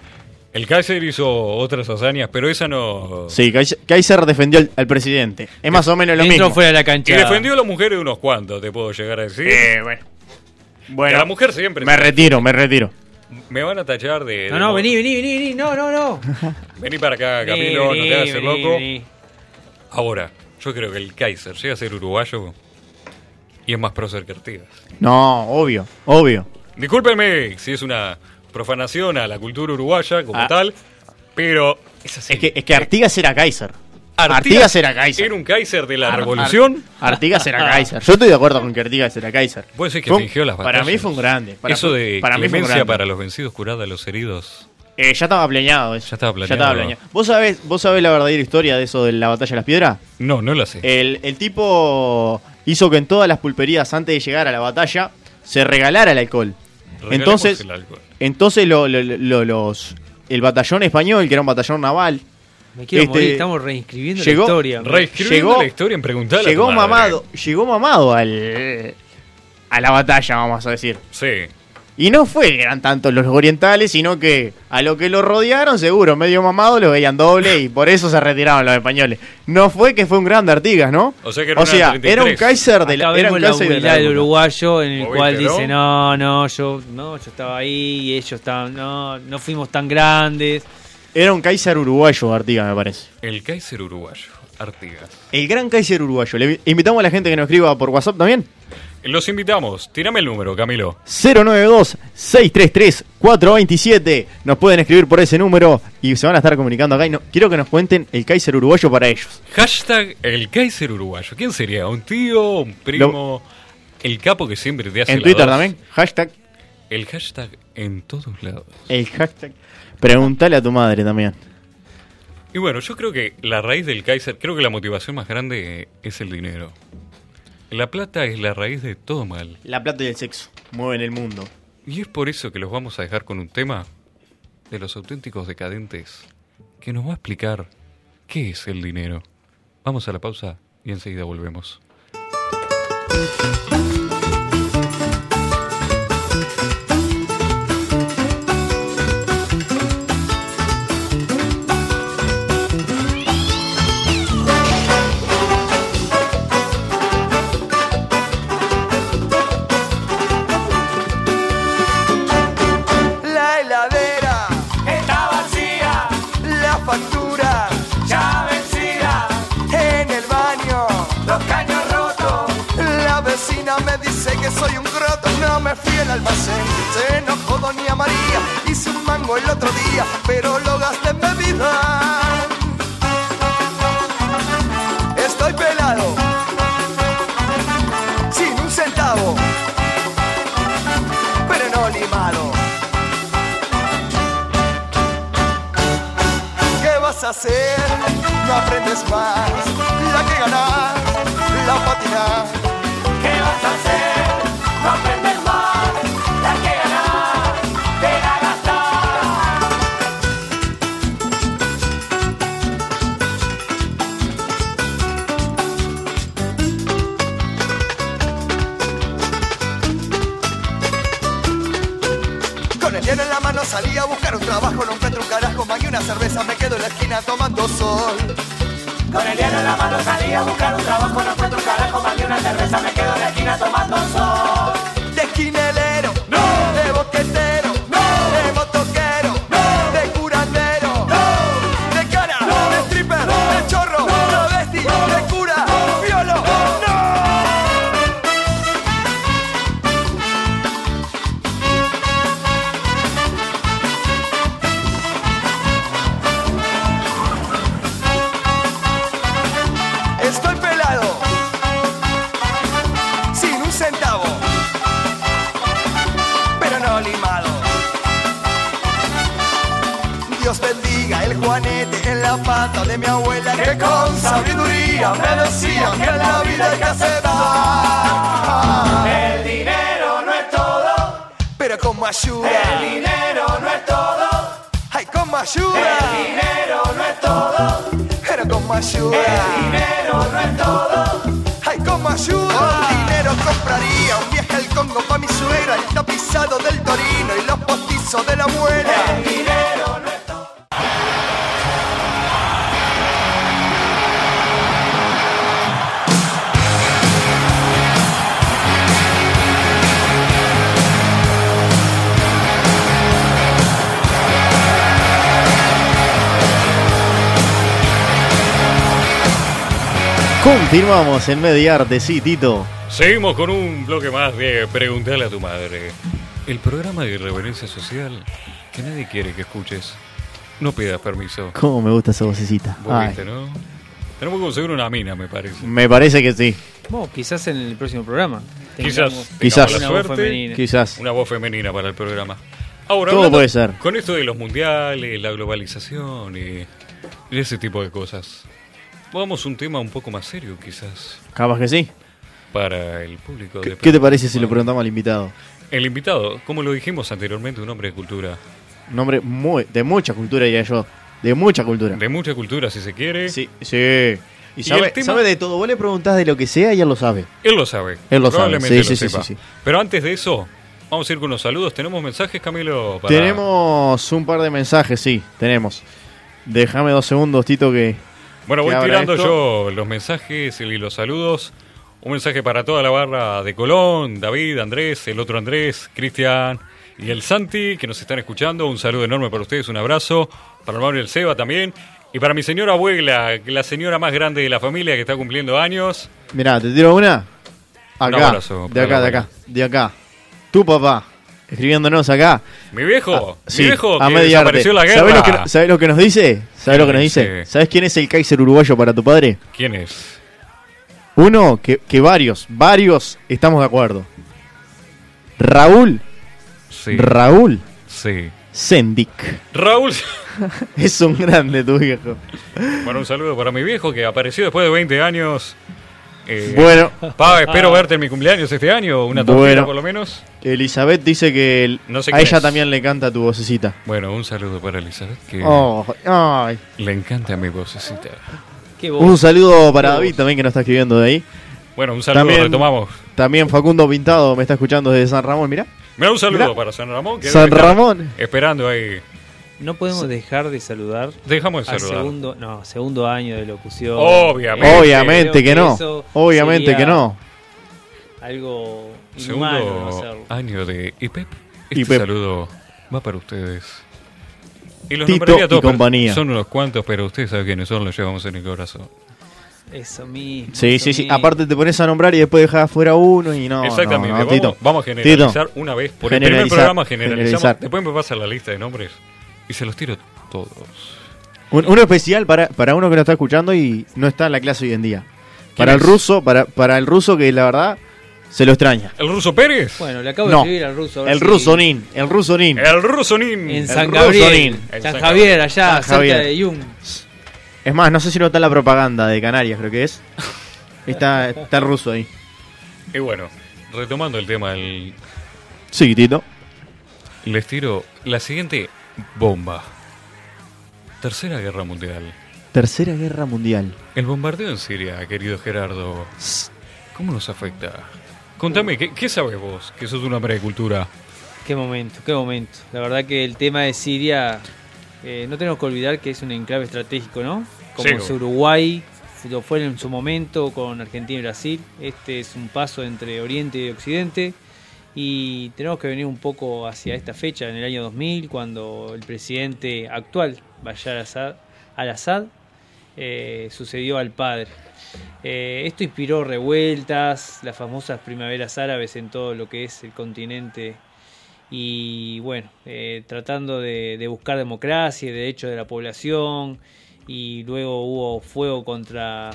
Speaker 2: El Kaiser hizo otras hazañas, pero esa no.
Speaker 3: Sí, Kaiser, Kaiser defendió al, al presidente. Es más o menos lo mismo.
Speaker 4: Dentro o fuera de la
Speaker 2: Y
Speaker 4: cancha.
Speaker 2: defendió Eh, a las mujeres de unos cuantos, te puedo llegar a decir.
Speaker 3: Eh, bueno.
Speaker 2: Que
Speaker 3: Bueno,
Speaker 2: la mujer siempre.
Speaker 3: me retiro, me retiro.
Speaker 2: me van a tachar de.
Speaker 4: No,
Speaker 2: de
Speaker 4: no,
Speaker 2: loco.
Speaker 4: vení, vení, vení, vení. No, no, no.
Speaker 2: Vení para acá, Camilo,
Speaker 4: Vení,
Speaker 2: no te hagas el
Speaker 4: vení,
Speaker 2: loco.
Speaker 4: vení.
Speaker 2: Ahora, yo creo que el Kaiser llega a ser uruguayo y es más prócer que Artigas.
Speaker 3: No, obvio, obvio.
Speaker 2: Discúlpenme si es una profanación a la cultura uruguaya como
Speaker 3: Ah.
Speaker 2: tal, pero es así.
Speaker 3: Es que, es que Artigas era Kaiser. Artigas era Kaiser. Ah,
Speaker 2: Era un Kaiser de la revolución.
Speaker 3: Ar- Artigas era Kaiser. Yo estoy de acuerdo con que Artigas era Kaiser.
Speaker 2: Vos decís que
Speaker 3: Fue un-
Speaker 2: fingió las
Speaker 3: Para
Speaker 2: batallas.
Speaker 3: mí fue un grande. Para,
Speaker 2: Eso de
Speaker 3: para mí fue un
Speaker 2: clemencia
Speaker 3: grande.
Speaker 2: para los vencidos, curada a los heridos.
Speaker 3: Eh, ya estaba planeado eso.
Speaker 2: Ya estaba planeado.
Speaker 3: ¿Vos sabés, ¿Vos sabés la verdadera historia de eso de la batalla de las piedras?
Speaker 2: No, no lo sé.
Speaker 3: El, el tipo hizo que en todas las pulperías antes de llegar a la batalla se regalara el alcohol.
Speaker 2: Regalemos
Speaker 3: Entonces,
Speaker 2: el alcohol.
Speaker 3: entonces lo- lo- lo- los, el batallón español, que era un batallón naval,
Speaker 4: Me quiero
Speaker 3: Este,
Speaker 4: morir, estamos reinscribiendo
Speaker 3: llegó-
Speaker 4: la historia. hombre.
Speaker 2: Reescribiendo
Speaker 3: llegó-
Speaker 2: la historia en preguntarle a
Speaker 3: llegó
Speaker 2: tu madre.
Speaker 3: mamado, llegó mamado al, a la batalla, vamos a decir.
Speaker 2: Sí.
Speaker 3: Y no fue que eran tantos los orientales, sino que a lo que los rodearon, seguro, medio mamado, los veían doble y por eso se retiraron los españoles. No fue que fue un grande Artigas, ¿no?
Speaker 2: O sea que era un Artigas
Speaker 3: era un
Speaker 2: 33.
Speaker 3: Kaiser de la,
Speaker 4: Acá
Speaker 3: era
Speaker 4: vemos
Speaker 3: un
Speaker 4: la
Speaker 3: Kaiser de la
Speaker 4: humildad del
Speaker 3: época.
Speaker 4: uruguayo en el
Speaker 2: Moviste,
Speaker 4: cual
Speaker 2: ¿no?
Speaker 4: dice, no, no, yo no, yo estaba ahí y ellos estaban, no, no fuimos tan grandes.
Speaker 3: Era un Kaiser uruguayo, Artigas, me parece.
Speaker 2: El Kaiser uruguayo, Artigas.
Speaker 3: El gran Kaiser uruguayo. Le invitamos a la gente que nos escriba por WhatsApp también.
Speaker 2: Los invitamos. Tírame el número, Camilo.
Speaker 3: 092-633-427. Nos pueden escribir por ese número y se van a estar comunicando acá. Y no, quiero que nos cuenten el Kaiser uruguayo para ellos.
Speaker 2: Hashtag el Kaiser uruguayo. ¿Quién sería? ¿Un tío? ¿Un primo? El capo que siempre te hace
Speaker 3: En
Speaker 2: la
Speaker 3: Twitter
Speaker 2: dos.
Speaker 3: también. Hashtag.
Speaker 2: El hashtag en todos lados.
Speaker 3: El hashtag. Preguntale a tu madre también.
Speaker 2: Y bueno, yo creo que la raíz del Kaiser, creo que la motivación más grande eh, es el dinero. La plata es la raíz de todo mal.
Speaker 3: La plata y el sexo mueven el mundo.
Speaker 2: Y es por eso que los vamos a dejar con un tema de los auténticos decadentes que nos va a explicar qué es el dinero. Vamos a la pausa y enseguida volvemos.
Speaker 6: La heladera está vacía. La factura ya vencida. En el baño los caños rotos. La vecina me dice que soy un croto. No me fui al almacén. Se enojó Doña María. Hice un mango el otro día, pero lo gasté en bebida. Estoy pelado. Sin un centavo. Pero no limado. ¿Qué vas a hacer? No aprendes más. La que ganás, la patinás. ¿Qué vas a hacer? No aprendes más. La que ganás, te la gastás. Con el dinero en la mano salí a buscar un trabajo, no encuentro un carajo, más que una cerveza, me quedo en la esquina tomando sol. Con el dinero en la mano salí a buscar un trabajo, no encuentro un carajo, más que una cerveza, me quedo en la esquina tomando sol. De esquinelero, no, de boquetero, no, de motoquero, no, de curandero, no, de cara, no, de stripper, de chorro, no, de vesti, de cura, violo, no. Estoy pelado. Sin un centavo. Pero no limado. Dios bendiga el juanete en la pata de mi abuela que con sabiduría me decía que en la vida hay que hacer El dinero no es todo, pero con ayuda. El dinero no es todo, ay con ayuda. El dinero no es todo, pero con ayuda. El dinero no es todo. Ay, como ayuda. Con dinero compraría un viaje al Congo pa' mi suegra, el tapizado del torino y los postizos de la abuela. El dinero no es todo.
Speaker 3: Continuamos en Mediarte, sí, Tito.
Speaker 2: Seguimos con un bloque más de Preguntarle a tu madre. El programa de irreverencia social que nadie quiere que escuches. No pidas permiso.
Speaker 3: ¿Cómo me gusta esa vocecita?
Speaker 2: Vos
Speaker 3: Ay.
Speaker 2: viste, ¿no? Tenemos que conseguir una mina, me parece.
Speaker 3: Me parece que sí.
Speaker 4: Bueno, quizás en el próximo programa.
Speaker 2: Quizás.
Speaker 4: tengamos
Speaker 3: Quizás.
Speaker 4: una
Speaker 2: La
Speaker 4: voz
Speaker 2: suerte.
Speaker 4: femenina.
Speaker 3: Quizás.
Speaker 2: Una voz femenina para el programa. Ahora,
Speaker 3: Todo
Speaker 2: hablando-
Speaker 3: puede ser.
Speaker 2: Con esto de los mundiales, la globalización y, y ese tipo de cosas. Vamos a un tema un poco más serio, quizás,
Speaker 3: Capaz que sí.
Speaker 2: para el público.
Speaker 3: ¿Qué,
Speaker 2: de-
Speaker 3: qué te parece si lo preguntamos al invitado?
Speaker 2: El invitado, como lo dijimos anteriormente, un hombre de cultura.
Speaker 3: Un hombre muy, de mucha cultura, diría yo. De mucha cultura.
Speaker 2: De mucha cultura, si se quiere.
Speaker 3: Sí, sí. Y
Speaker 2: el
Speaker 3: sabe,
Speaker 2: tema-
Speaker 3: sabe de todo. Vos le preguntás de lo que sea y él lo sabe.
Speaker 2: Él lo sabe.
Speaker 3: Él lo sabe,
Speaker 2: Probablemente
Speaker 3: sí,
Speaker 2: lo
Speaker 3: sí, sí,
Speaker 2: sepa.
Speaker 3: sí, sí.
Speaker 2: Pero antes de eso, vamos a ir con los saludos. ¿Tenemos mensajes, Camilo? para-
Speaker 3: Tenemos un par de mensajes, sí, tenemos. Déjame dos segundos, Tito, que...
Speaker 2: Bueno, voy
Speaker 3: que abra
Speaker 2: tirando
Speaker 3: esto.
Speaker 2: yo los mensajes y los saludos. Un mensaje para toda la barra de Colón, David, Andrés, el otro Andrés, Cristian y el Santi, que nos están escuchando. Un saludo enorme para ustedes, un abrazo. Para el Mauro y el Seba también. Y para mi señora abuela, la señora más grande de la familia que está cumpliendo años.
Speaker 3: Mirá, te tiro una. Acá,
Speaker 2: Un abrazo
Speaker 3: de
Speaker 2: para
Speaker 3: acá,
Speaker 2: la
Speaker 3: de
Speaker 2: abuela.
Speaker 3: acá, de acá. Tu papá, escribiéndonos acá.
Speaker 2: Mi viejo,
Speaker 3: Ah, sí,
Speaker 2: mi viejo,
Speaker 3: a
Speaker 2: que
Speaker 3: media arte.
Speaker 2: desapareció en la guerra.
Speaker 3: ¿Sabés lo, que, sabés lo que nos dice? ¿Sabés lo que nos
Speaker 2: Sí,
Speaker 3: dice?
Speaker 2: sí.
Speaker 3: ¿Sabés quién es el Kaiser uruguayo para tu padre?
Speaker 2: ¿Quién es?
Speaker 3: Uno, que, que varios, varios estamos de acuerdo. Raúl,
Speaker 2: Sí,
Speaker 3: Raúl
Speaker 2: sí.
Speaker 3: Sendik.
Speaker 2: Raúl.
Speaker 3: Es un grande tu viejo.
Speaker 2: Bueno, un saludo para mi viejo que apareció después de 20 años. Eh,
Speaker 3: Bueno,
Speaker 2: Pa, espero verte en mi cumpleaños este año, una tortita
Speaker 3: Ah. Bueno.
Speaker 2: por lo menos.
Speaker 3: Elizabeth dice que el-
Speaker 2: No sé
Speaker 3: a
Speaker 2: quién
Speaker 3: ella
Speaker 2: es.
Speaker 3: también le canta tu vocecita.
Speaker 2: Bueno, un saludo para Elizabeth, que
Speaker 3: Oh, ay.
Speaker 2: le encanta mi vocecita. Uh.
Speaker 4: Qué voz.
Speaker 3: Un saludo para David también que nos está escribiendo de ahí.
Speaker 2: Bueno, un saludo,
Speaker 3: También-
Speaker 2: retomamos.
Speaker 3: También Facundo Pintado me está escuchando desde San Ramón, mirá.
Speaker 2: Mira, un saludo
Speaker 3: Mirá.
Speaker 2: para San Ramón. Que
Speaker 3: San
Speaker 2: debe estar
Speaker 3: Ramón.
Speaker 2: Esperando ahí.
Speaker 4: No podemos dejar de saludar
Speaker 2: Dejamos de
Speaker 4: al
Speaker 2: saludar.
Speaker 4: segundo, no, segundo año de locución.
Speaker 2: Obviamente.
Speaker 4: Eh,
Speaker 3: Obviamente
Speaker 4: creo
Speaker 3: que no.
Speaker 4: eso
Speaker 3: Obviamente
Speaker 4: sería
Speaker 3: que no.
Speaker 4: Algo inhumano no
Speaker 2: Segundo
Speaker 4: hacerlo.
Speaker 2: año de IPEP. Este
Speaker 3: IPEP.
Speaker 2: saludo va para ustedes. Y los
Speaker 3: Tito
Speaker 2: nombraría a todos,
Speaker 3: y
Speaker 2: pero
Speaker 3: compañía.
Speaker 2: Son unos cuantos, pero ustedes saben quiénes son, los llevamos en el corazón.
Speaker 4: Eso mismo.
Speaker 3: Sí,
Speaker 4: eso
Speaker 3: sí, sí.
Speaker 4: mismo.
Speaker 3: Aparte te pones a nombrar y después dejas fuera uno y no.
Speaker 2: Exactamente,
Speaker 3: no, no,
Speaker 2: vamos,
Speaker 3: Tito.
Speaker 2: vamos a generalizar
Speaker 3: Tito,
Speaker 2: una vez por el primer
Speaker 3: Generalizar,
Speaker 2: programa generalizamos,
Speaker 3: generalizar.
Speaker 2: después me pasa la lista de nombres y se los tiro todos.
Speaker 3: un- uno especial para, para uno que nos está escuchando y no está en la clase hoy en día. Para el
Speaker 2: es?
Speaker 3: ruso, para, para el ruso que la verdad se lo extraña.
Speaker 2: ¿El ruso Pérez?
Speaker 4: Bueno, le acabo de
Speaker 3: No.
Speaker 4: escribir al ruso. a ver
Speaker 3: El
Speaker 4: si-
Speaker 3: ruso Nin, el ruso Nin.
Speaker 2: El ruso Nin.
Speaker 4: En
Speaker 2: El
Speaker 4: San
Speaker 2: ruso
Speaker 4: Gabriel.
Speaker 2: Nin. En
Speaker 4: San Javier, allá,
Speaker 3: San
Speaker 4: cerca
Speaker 3: Javier.
Speaker 4: de Yung.
Speaker 3: Es más, no sé si no está en la propaganda de Canarias, creo que es. Está, está el ruso ahí.
Speaker 2: Y bueno, retomando el tema, el-
Speaker 3: Sí, Tito.
Speaker 2: les tiro la siguiente bomba. Tercera Guerra Mundial.
Speaker 3: Tercera Guerra Mundial.
Speaker 2: El bombardeo en Siria, querido Gerardo, ¿cómo nos afecta? Contame, ¿qué, qué sabes vos? Que sos un hombre de cultura.
Speaker 4: Qué momento, qué momento. La verdad que el tema de Siria, eh, no tenemos que olvidar que es un enclave estratégico, ¿no? Como
Speaker 2: Sí.
Speaker 4: es Uruguay, lo fue en su momento con Argentina y Brasil. Este es un paso entre Oriente y Occidente. Y tenemos que venir un poco hacia esta fecha, en el año 2000, cuando el presidente actual, Bashar al-Assad, al-Assad, eh, sucedió al padre. Eh, esto inspiró revueltas, las famosas primaveras árabes en todo lo que es el continente y bueno, eh, tratando de, de buscar democracia y derechos de la población, y luego hubo fuego contra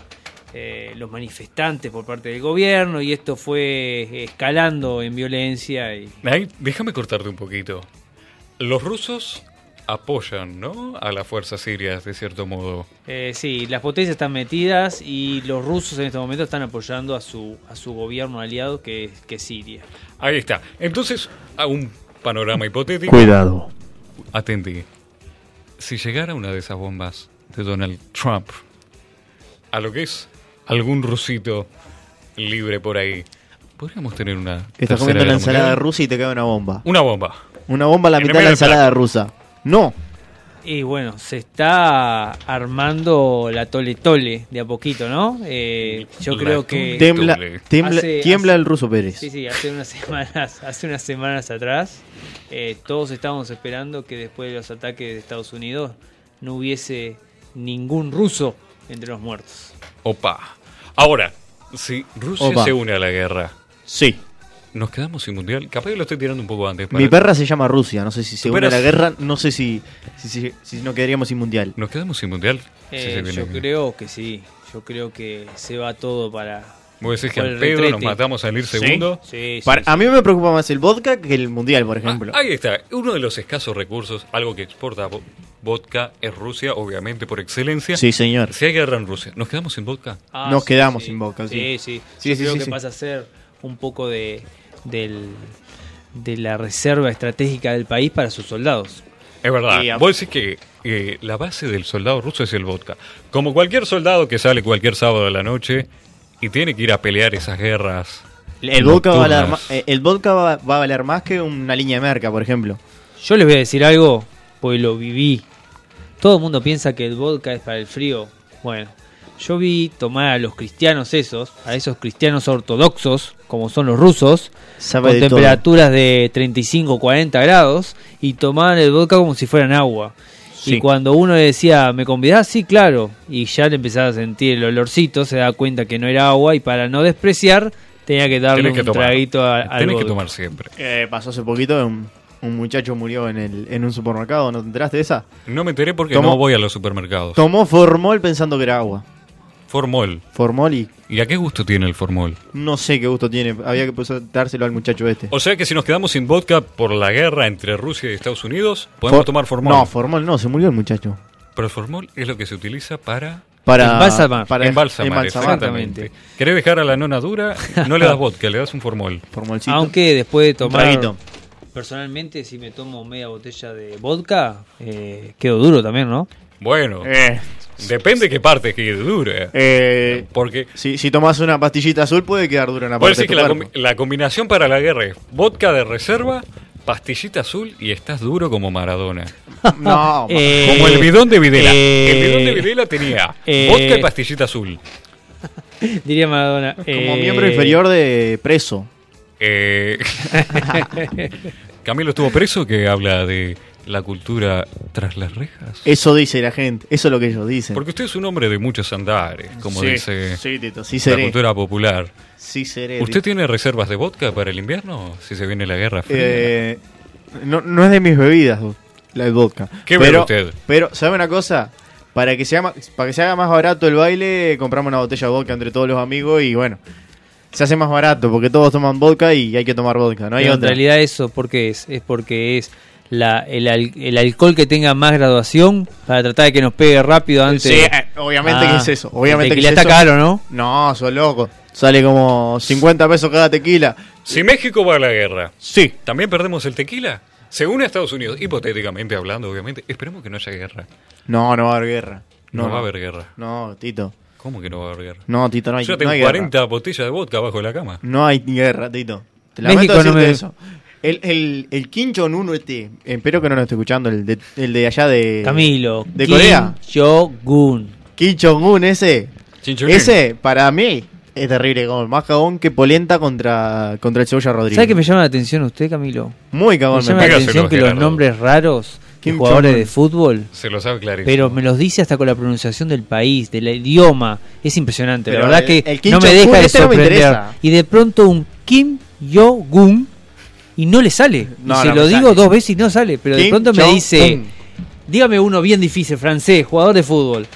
Speaker 4: eh, los manifestantes por parte del gobierno, y esto fue escalando en violencia. Y,
Speaker 2: Ay, déjame cortarte un poquito. Los rusos apoyan, ¿no? A las fuerzas sirias, de cierto modo.
Speaker 4: eh, sí, las potencias están metidas y los rusos en este momento están apoyando a su, a su gobierno aliado que, es- que es Siria.
Speaker 2: Ahí está. Entonces, a un panorama hipotético.
Speaker 3: Cuidado.
Speaker 2: Atendí. Si llegara una de esas bombas de Donald Trump a lo que es algún rusito libre por ahí, podríamos tener una.
Speaker 3: Estás
Speaker 2: tercera
Speaker 3: comiendo la
Speaker 2: guerra
Speaker 3: ensalada
Speaker 2: mundial.
Speaker 3: rusa y te cae una bomba.
Speaker 2: Una bomba.
Speaker 3: Una bomba a la
Speaker 2: En el
Speaker 3: mitad de
Speaker 2: medio
Speaker 3: la
Speaker 2: del plato.
Speaker 3: ensalada rusa. No.
Speaker 4: Y bueno, se está armando la tole tole de a poquito, ¿no? Eh, yo
Speaker 2: La
Speaker 4: creo que...
Speaker 2: tole-
Speaker 3: Tembla,
Speaker 2: doble.
Speaker 3: tembla-
Speaker 4: Hace-
Speaker 3: tiembla
Speaker 4: hace-
Speaker 3: el ruso Pérez.
Speaker 4: Sí, sí, hace unas semanas, hace unas semanas atrás, eh, todos estábamos esperando que después de los ataques de Estados Unidos no hubiese ningún ruso entre los muertos.
Speaker 2: Opa. Ahora, si Rusia
Speaker 3: Opa.
Speaker 2: se une a la guerra,
Speaker 3: Sí.
Speaker 2: nos quedamos sin mundial. Capaz que lo estoy tirando un poco antes.
Speaker 3: Mi
Speaker 2: para-
Speaker 3: perra se llama Rusia. No sé si se
Speaker 2: Tu
Speaker 3: une a
Speaker 2: perra
Speaker 3: la
Speaker 2: se-
Speaker 3: guerra. No sé si, si, si, si no quedaríamos sin mundial.
Speaker 2: ¿Nos quedamos sin mundial? Sí,
Speaker 4: Eh,
Speaker 2: se viene
Speaker 4: yo
Speaker 2: bien.
Speaker 4: creo que sí, yo yo creo que se va todo para.
Speaker 2: Vos decís que
Speaker 4: por
Speaker 2: al
Speaker 4: el
Speaker 2: pedo nos
Speaker 4: retrete.
Speaker 2: matamos al ir segundo.
Speaker 4: Sí, Ah, sí,
Speaker 3: Para-
Speaker 4: sí.
Speaker 3: a mí me preocupa más el vodka que el mundial, por ejemplo.
Speaker 2: Ah, ahí está, uno de los escasos recursos, algo que exporta vo- vodka es Rusia, obviamente por excelencia.
Speaker 3: Sí, señor.
Speaker 2: Si hay guerra en Rusia, ¿nos quedamos sin vodka?
Speaker 4: Ah,
Speaker 3: Nos
Speaker 4: sí,
Speaker 3: quedamos
Speaker 4: sí.
Speaker 3: sin Boca, sí.
Speaker 4: Sí, sí.
Speaker 3: Sí,
Speaker 4: Yo
Speaker 3: sí,
Speaker 4: creo
Speaker 3: sí,
Speaker 4: que
Speaker 3: sí.
Speaker 4: pasa a ser un poco de, del, de la reserva estratégica del país para sus soldados.
Speaker 2: Es verdad.
Speaker 3: Y a-
Speaker 2: Vos decís que eh, la base del soldado ruso es el vodka. Como cualquier soldado que sale cualquier sábado de la noche y tiene que ir a pelear esas guerras.
Speaker 3: El vodka, va a valer, ma-
Speaker 2: nocturnas.
Speaker 3: eh, el vodka va, va a valer más que una línea de merca, por ejemplo.
Speaker 4: Yo les voy a decir algo, pues lo viví. Todo el mundo piensa que el vodka es para el frío. Bueno, yo vi tomar a los cristianos esos, a esos cristianos ortodoxos, como son los rusos,
Speaker 3: Sabe
Speaker 4: con
Speaker 3: de todo.
Speaker 4: temperaturas de 35, 40 grados, y tomaban el vodka como si fueran agua.
Speaker 3: Sí.
Speaker 4: Y cuando uno le decía, ¿me convidás? Sí, claro. Y ya le empezaba a sentir el olorcito, se da cuenta que no era agua, y para no despreciar, tenía que darle
Speaker 2: Tenés que
Speaker 4: un
Speaker 2: tomar.
Speaker 4: traguito a- al
Speaker 2: Tenés que
Speaker 4: vodka.
Speaker 2: tomar siempre.
Speaker 3: Eh, pasó hace poquito, un, un muchacho murió en, el, en un supermercado, ¿no te enteraste de esa?
Speaker 2: No me enteré porque
Speaker 3: Tomó-
Speaker 2: no voy a los supermercados.
Speaker 3: Tomó formol pensando que era agua.
Speaker 2: Formol.
Speaker 3: Formol y
Speaker 2: ¿Y a qué gusto tiene el formol?
Speaker 3: no sé qué gusto tiene. Había que pues, dárselo al muchacho este.
Speaker 2: O sea que si nos quedamos sin vodka por la guerra entre Rusia y Estados Unidos, podemos
Speaker 3: For-
Speaker 2: tomar formol.
Speaker 3: No, formol no, se murió el muchacho.
Speaker 2: Pero el formol es lo que se utiliza para
Speaker 3: Para,
Speaker 4: Embalsamar.
Speaker 3: para em-,
Speaker 2: embalsamar.
Speaker 3: embalsamar.
Speaker 2: Exactamente. ¿Querés dejar a la nona dura? No le das vodka, le das un formol.
Speaker 3: Formolcito.
Speaker 4: Aunque después de
Speaker 3: Un
Speaker 4: tomar...
Speaker 3: traguito.
Speaker 4: Personalmente, si me tomo media botella de vodka, eh, quedo duro también, ¿no?
Speaker 2: Bueno,
Speaker 3: Eh,
Speaker 2: depende qué parte que dure.
Speaker 3: eh,
Speaker 2: Porque
Speaker 3: si, si tomas una pastillita azul puede quedar dura una
Speaker 2: vos
Speaker 3: parte
Speaker 2: decís
Speaker 3: de tu
Speaker 2: que la,
Speaker 3: cuerpo.
Speaker 2: combi- la combinación para la guerra es vodka de reserva, pastillita azul y estás duro como Maradona.
Speaker 3: No,
Speaker 4: Eh,
Speaker 2: Como el bidón de Videla.
Speaker 4: eh,
Speaker 2: el bidón de Videla tenía
Speaker 4: eh,
Speaker 2: vodka y pastillita azul.
Speaker 4: Diría eh, Maradona.
Speaker 3: como miembro inferior de preso.
Speaker 2: Eh, Camilo estuvo preso que habla de la cultura tras las rejas.
Speaker 3: Eso dice la gente, eso es lo que ellos dicen.
Speaker 2: Porque usted es un hombre de muchos andares, como
Speaker 3: Sí,
Speaker 2: dice
Speaker 3: sí, Tito, sí
Speaker 2: la
Speaker 3: seré. Eh,
Speaker 2: cultura popular.
Speaker 3: Sí seré.
Speaker 2: ¿Usted
Speaker 3: Tito.
Speaker 2: tiene reservas de vodka para el invierno? Si se viene la guerra fría.
Speaker 3: Eh, no, no es de mis bebidas, la de vodka.
Speaker 2: ¿Qué bebe
Speaker 3: pero,
Speaker 2: usted?
Speaker 3: Pero, ¿sabe una cosa? Para que, sea, ma- para que se haga más barato el baile, compramos una botella de vodka entre todos los amigos y bueno, se hace más barato porque todos toman vodka y hay que tomar vodka, no hay
Speaker 4: Pero en
Speaker 3: otra.
Speaker 4: realidad eso, ¿por qué es? Es porque es la, el, al- el alcohol que tenga más graduación para tratar de que nos pegue rápido antes.
Speaker 3: Sí, eh, obviamente
Speaker 4: Ah,
Speaker 3: que es eso.
Speaker 4: el
Speaker 3: Obviamente que
Speaker 4: tequila
Speaker 3: es
Speaker 4: está
Speaker 3: eso.
Speaker 4: caro, ¿no?
Speaker 3: No, sos loco. Sale como 50 pesos cada tequila.
Speaker 2: Si México va a la guerra,
Speaker 3: Sí.
Speaker 2: ¿también perdemos el tequila? Según Estados Unidos, hipotéticamente hablando, obviamente, esperemos que no haya guerra.
Speaker 3: No, no va a haber guerra.
Speaker 2: No, va a haber guerra.
Speaker 3: No, Tito.
Speaker 2: ¿Cómo que no va a haber guerra?
Speaker 3: No, Tito, no hay,
Speaker 2: Yo
Speaker 3: no
Speaker 2: tengo
Speaker 3: hay
Speaker 2: 40
Speaker 3: guerra.
Speaker 2: botellas de vodka bajo la cama.
Speaker 3: No hay guerra, Tito. Te lamento
Speaker 4: México
Speaker 3: decirte
Speaker 4: no me-
Speaker 3: eso. El, el, el Kim Jong-un, este, espero que no lo esté escuchando, el de, el de allá de...
Speaker 4: Eh, Camilo.
Speaker 3: De
Speaker 4: Kim
Speaker 3: Corea.
Speaker 4: Jong-un.
Speaker 3: Kim Jong-un ese.
Speaker 2: Chinchulín.
Speaker 3: Ese, para mí, es terrible. Como más cagón que polenta contra, contra el Cebolla Rodríguez.
Speaker 4: ¿Sabe que me llama la atención usted, Camilo?
Speaker 3: Muy
Speaker 4: Me
Speaker 3: cagón. me
Speaker 4: llama la
Speaker 3: parece.
Speaker 2: Pégaselo,
Speaker 4: atención que los
Speaker 2: Gerardo.
Speaker 4: nombres raros de
Speaker 3: Kim
Speaker 4: jugadores
Speaker 3: Jong-un.
Speaker 4: de fútbol
Speaker 2: Se lo sabe clarísimo.
Speaker 4: Pero me los dice hasta con la pronunciación del país, del idioma. Es impresionante.
Speaker 3: Pero
Speaker 4: la verdad
Speaker 3: el-
Speaker 4: que
Speaker 3: el Kim
Speaker 4: no me
Speaker 3: Jong-un,
Speaker 4: deja de
Speaker 3: este no me
Speaker 4: sorprender.
Speaker 3: interesa.
Speaker 4: y de pronto un Kim Yo-gun y no le sale. Y
Speaker 3: No,
Speaker 4: se
Speaker 3: no
Speaker 4: lo
Speaker 3: me
Speaker 4: digo
Speaker 3: sale.
Speaker 4: dos veces y no sale. Pero de
Speaker 3: Kim
Speaker 4: pronto me
Speaker 3: Jong-un.
Speaker 4: dice, dígame uno bien difícil, francés, jugador de fútbol.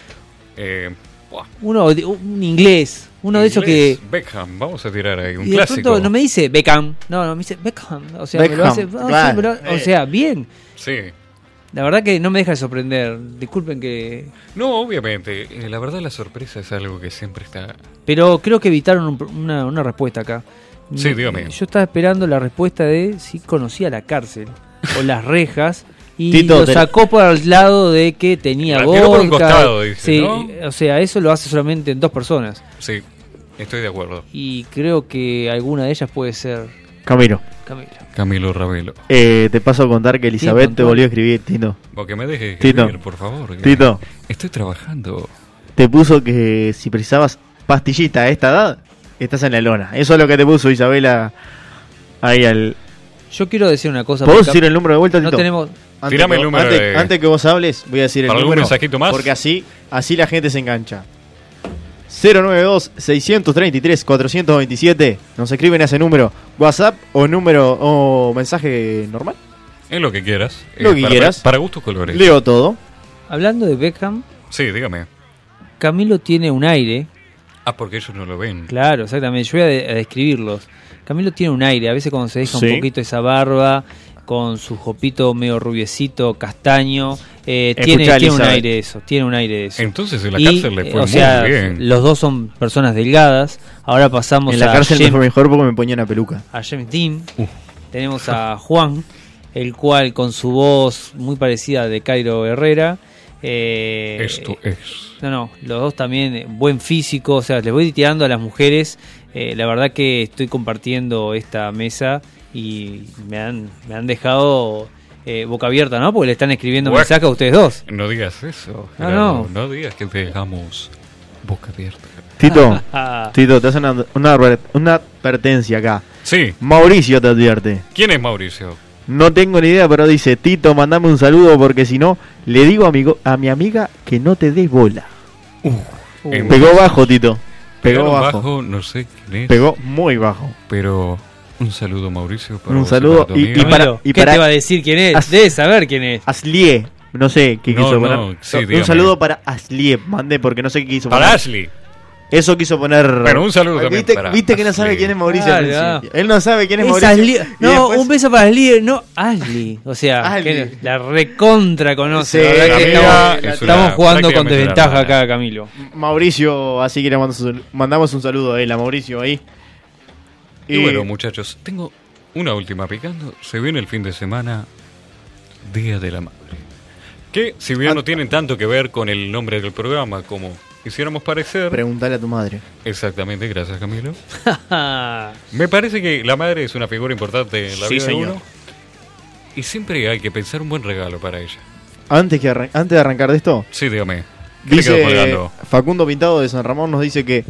Speaker 2: Eh, buah,
Speaker 4: Uno, de- un inglés. Uno de esos que...
Speaker 2: inglés, Beckham, vamos a tirar ahí un
Speaker 4: Y de
Speaker 2: clásico.
Speaker 4: pronto no me dice Beckham. No, no, me dice Beckham. O sea, me lo
Speaker 3: Beckham,
Speaker 4: hace- ah, sí,
Speaker 3: claro.
Speaker 4: pero- o
Speaker 3: Eh.
Speaker 4: sea, bien.
Speaker 2: Sí.
Speaker 4: La verdad que no me deja de sorprender. Disculpen que
Speaker 2: No, obviamente. Eh, La verdad, la sorpresa es algo que siempre está.
Speaker 4: Pero creo que evitaron un- una, una respuesta acá.
Speaker 2: Sí,
Speaker 4: No,
Speaker 2: dígame.
Speaker 4: Yo estaba esperando la respuesta de si conocía la cárcel o las rejas. Y
Speaker 3: Tito,
Speaker 4: lo
Speaker 3: te-
Speaker 4: sacó para el lado de que tenía
Speaker 2: La
Speaker 4: vodka.
Speaker 2: tiró por un costado, dice,
Speaker 4: Sí,
Speaker 2: ¿no?
Speaker 4: o sea, eso lo hace solamente en dos personas.
Speaker 2: Sí, estoy de acuerdo.
Speaker 4: Y creo que alguna de ellas puede ser
Speaker 3: Camilo,
Speaker 4: Camilo.
Speaker 2: Camilo Ravelo.
Speaker 3: eh, te paso a contar que Elizabeth te
Speaker 4: control.
Speaker 3: volvió a escribir, Tito.
Speaker 2: Vos que me dejes
Speaker 3: Tito.
Speaker 2: escribir, por favor. que
Speaker 3: Tito.
Speaker 2: Estoy trabajando.
Speaker 3: Te puso que si precisabas pastillita a esta edad, estás en la lona. Eso es lo que te puso Isabela ahí al...
Speaker 4: Yo quiero decir una cosa.
Speaker 3: ¿Puedo
Speaker 4: porque
Speaker 3: decir el número de vuelta,
Speaker 4: No
Speaker 3: Tito?
Speaker 4: tenemos.
Speaker 3: Antes
Speaker 2: Tirame
Speaker 3: que-
Speaker 2: el número
Speaker 3: antes,
Speaker 2: de-
Speaker 3: antes que vos hables, voy a decir el
Speaker 2: ¿Para algún
Speaker 3: número.
Speaker 2: mensajito más?
Speaker 3: Porque así, así la gente se engancha. 092-633-427. Nos escriben a ese número. WhatsApp o número o mensaje normal.
Speaker 2: Es lo que quieras.
Speaker 3: Lo
Speaker 2: Eh,
Speaker 3: que
Speaker 2: para,
Speaker 3: quieras.
Speaker 2: Para gustos colores.
Speaker 3: Leo todo.
Speaker 4: Hablando de Beckham,
Speaker 2: Sí, dígame.
Speaker 4: Camilo tiene un aire.
Speaker 2: Ah, porque ellos no lo ven.
Speaker 4: Claro, exactamente. Yo voy a, de- a describirlos. Camilo tiene un aire. A veces cuando se deja
Speaker 3: Sí.
Speaker 4: un poquito esa barba, con su jopito medio rubiecito, castaño, eh,
Speaker 3: Escuchá,
Speaker 4: tiene, tiene un
Speaker 3: Elizabeth.
Speaker 4: aire de eso. Tiene un aire de eso.
Speaker 2: Entonces en la
Speaker 4: Y,
Speaker 2: cárcel le
Speaker 4: eh,
Speaker 2: fue
Speaker 4: o
Speaker 2: muy
Speaker 4: sea,
Speaker 2: bien.
Speaker 4: los dos son personas delgadas. Ahora pasamos
Speaker 3: en la
Speaker 4: a,
Speaker 3: cárcel me
Speaker 4: James,
Speaker 3: fue mejor porque me ponían a peluca.
Speaker 4: a James Dean.
Speaker 2: Uh.
Speaker 4: Tenemos a Juan, el cual con su voz muy parecida a de Cairo Herrera. eh,
Speaker 2: Esto es.
Speaker 4: no, no, los dos también eh, buen físico, o sea, les voy tirando a las mujeres. Eh, la verdad que estoy compartiendo esta mesa y me han, me han dejado eh, boca abierta, ¿no? Porque le están escribiendo
Speaker 2: Bueno.
Speaker 4: mensajes a ustedes dos.
Speaker 2: No digas eso.
Speaker 4: No,
Speaker 2: Gerardo.
Speaker 4: no.
Speaker 2: digas que te dejamos boca abierta.
Speaker 3: Tito,
Speaker 4: Ah,
Speaker 3: Tito, te hace una, una, adver- una advertencia acá.
Speaker 2: Sí.
Speaker 3: Mauricio te advierte.
Speaker 2: ¿Quién es Mauricio?
Speaker 3: No tengo ni idea, pero dice, Tito, mandame un saludo porque si no, le digo a mi, go- a mi amiga que no te des bola.
Speaker 4: Uh.
Speaker 2: En-
Speaker 3: Pegó bajo, Tito. Pegó
Speaker 2: Pegaron
Speaker 3: bajo.
Speaker 2: No sé quién es.
Speaker 3: Pegó muy bajo.
Speaker 2: Pero un saludo, Mauricio. para
Speaker 3: Un
Speaker 2: vos
Speaker 3: saludo
Speaker 2: para tu
Speaker 3: y-
Speaker 2: amiga.
Speaker 3: y para-
Speaker 4: Camilo, ¿Qué te va a decir quién es?
Speaker 3: As-
Speaker 4: Debes saber quién es.
Speaker 3: Aslie, no sé qué
Speaker 2: No,
Speaker 3: quiso
Speaker 2: no,
Speaker 3: poner.
Speaker 2: sí, dígame.
Speaker 3: un saludo para Aslie, mandé porque no sé qué quiso
Speaker 2: Para
Speaker 3: poner.
Speaker 2: Ashley.
Speaker 3: Eso quiso poner.
Speaker 2: Pero un saludo también
Speaker 3: ¿Viste,
Speaker 2: para
Speaker 3: viste que no sabe
Speaker 2: Ashley.
Speaker 3: quién es Mauricio. al
Speaker 4: Claro.
Speaker 3: principio. Él no sabe quién es
Speaker 4: Es
Speaker 3: Mauricio.
Speaker 4: Asli-
Speaker 3: Y
Speaker 4: no,
Speaker 3: después-
Speaker 4: un beso para Asli, no, Asli. O sea,
Speaker 3: Asli.
Speaker 4: que la recontra conoce.
Speaker 3: Sí,
Speaker 4: la verdad que
Speaker 3: amiga,
Speaker 4: estamos,
Speaker 2: es una-
Speaker 4: estamos jugando con
Speaker 2: prácticamente una
Speaker 4: desventaja
Speaker 2: hermana.
Speaker 4: acá, Camilo.
Speaker 3: ¿Eh? Mauricio, así que le mandamos un, mandamos un saludo a él, a Mauricio ahí.
Speaker 2: Y, bueno, muchachos, tengo una última picando. Se viene el fin de semana, Día de la Madre. Que, si bien
Speaker 3: Ah.
Speaker 2: no tienen tanto que ver con el nombre del programa como quisiéramos parecer.
Speaker 3: preguntale a tu madre.
Speaker 2: Exactamente, gracias Camilo.
Speaker 4: Ah,
Speaker 2: Me parece que la madre es una figura importante en la
Speaker 3: Sí,
Speaker 2: vida
Speaker 3: señor.
Speaker 2: de uno. Y siempre hay que pensar un buen regalo para ella.
Speaker 3: Antes, que arran- antes de arrancar de esto,
Speaker 2: Sí, dígame. ¿Qué le quedó
Speaker 3: dice
Speaker 2: colgando?
Speaker 3: Facundo Pintado de San Ramón nos dice que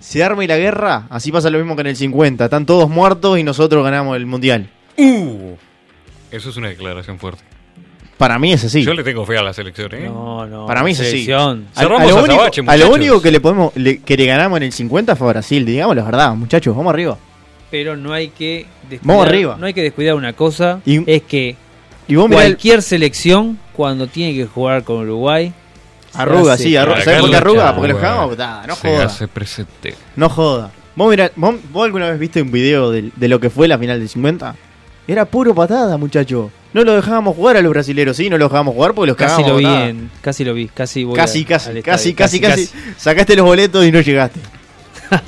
Speaker 3: se arme la guerra, así pasa lo mismo que en el 50. Están todos muertos y nosotros ganamos el mundial.
Speaker 2: ¡Uh! Eso es una declaración fuerte.
Speaker 3: Para mí es así.
Speaker 2: Yo le tengo fe a la selección, ¿eh?
Speaker 4: No, no.
Speaker 3: Para mí es así.
Speaker 4: selección.
Speaker 3: A, a
Speaker 2: Cerramos
Speaker 3: lo
Speaker 2: a
Speaker 3: único,
Speaker 2: Zabache,
Speaker 3: a lo
Speaker 2: muchachos.
Speaker 3: único que le podemos le- que le ganamos en el 50 fue a Brasil, digamos la verdad, muchachos, vamos arriba.
Speaker 4: Pero no hay que descuidar,
Speaker 3: Vamos arriba.
Speaker 4: No hay que descuidar una cosa,
Speaker 3: Y-
Speaker 4: es que
Speaker 3: Y vos mirá el-
Speaker 4: cualquier selección, cuando tiene que jugar con Uruguay, se
Speaker 3: arruga,
Speaker 4: hace
Speaker 3: sí, arruga.
Speaker 2: Acá
Speaker 3: ¿Sabés por qué
Speaker 2: lo-
Speaker 3: arruga?
Speaker 2: ya,
Speaker 3: Porque los
Speaker 2: bueno,
Speaker 3: cagamos, da, no
Speaker 2: se
Speaker 3: joda.
Speaker 2: hace presente.
Speaker 3: No joda. Vos, mirá- vos, vos alguna vez viste un video del- de, lo que fue la final del 50? Era puro patada, muchacho. No lo dejábamos jugar a los brasileros, sí, no lo dejábamos jugar porque los
Speaker 4: Casi
Speaker 3: cagamos.
Speaker 4: lo vi,
Speaker 3: patada.
Speaker 4: en- casi lo vi, casi voy
Speaker 3: Casi,
Speaker 4: a- al
Speaker 3: casi,
Speaker 4: estadio,
Speaker 3: casi, casi, casi, Sacaste los boletos y no llegaste.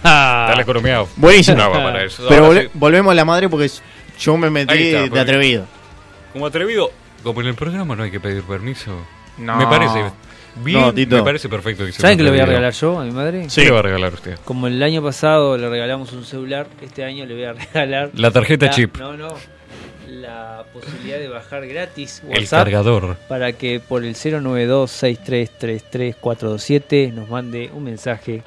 Speaker 4: Ah.
Speaker 2: Está la economía
Speaker 3: Buenísimo.
Speaker 2: brava para eso.
Speaker 3: Pero
Speaker 2: Ahora
Speaker 3: volve-
Speaker 2: sí,
Speaker 3: volvemos a la madre porque yo me
Speaker 2: Ahí
Speaker 3: metí
Speaker 2: está,
Speaker 3: de
Speaker 2: porque-
Speaker 3: atrevido.
Speaker 2: como atrevido, como en el programa no hay que pedir permiso. Me parece bien,
Speaker 3: No, Tito.
Speaker 2: me parece perfecto. dice
Speaker 4: ¿Saben que lo voy a
Speaker 2: Rodrigo.
Speaker 4: regalar yo a mi madre?
Speaker 2: ¿Qué le va a regalar usted?
Speaker 4: Como el año pasado le regalamos un celular, este año le voy a regalar
Speaker 2: La tarjeta chip,
Speaker 4: No, no, la posibilidad de bajar gratis
Speaker 2: el
Speaker 4: WhatsApp
Speaker 2: cargador.
Speaker 4: para que por el 092-6333-427 nos mande un mensaje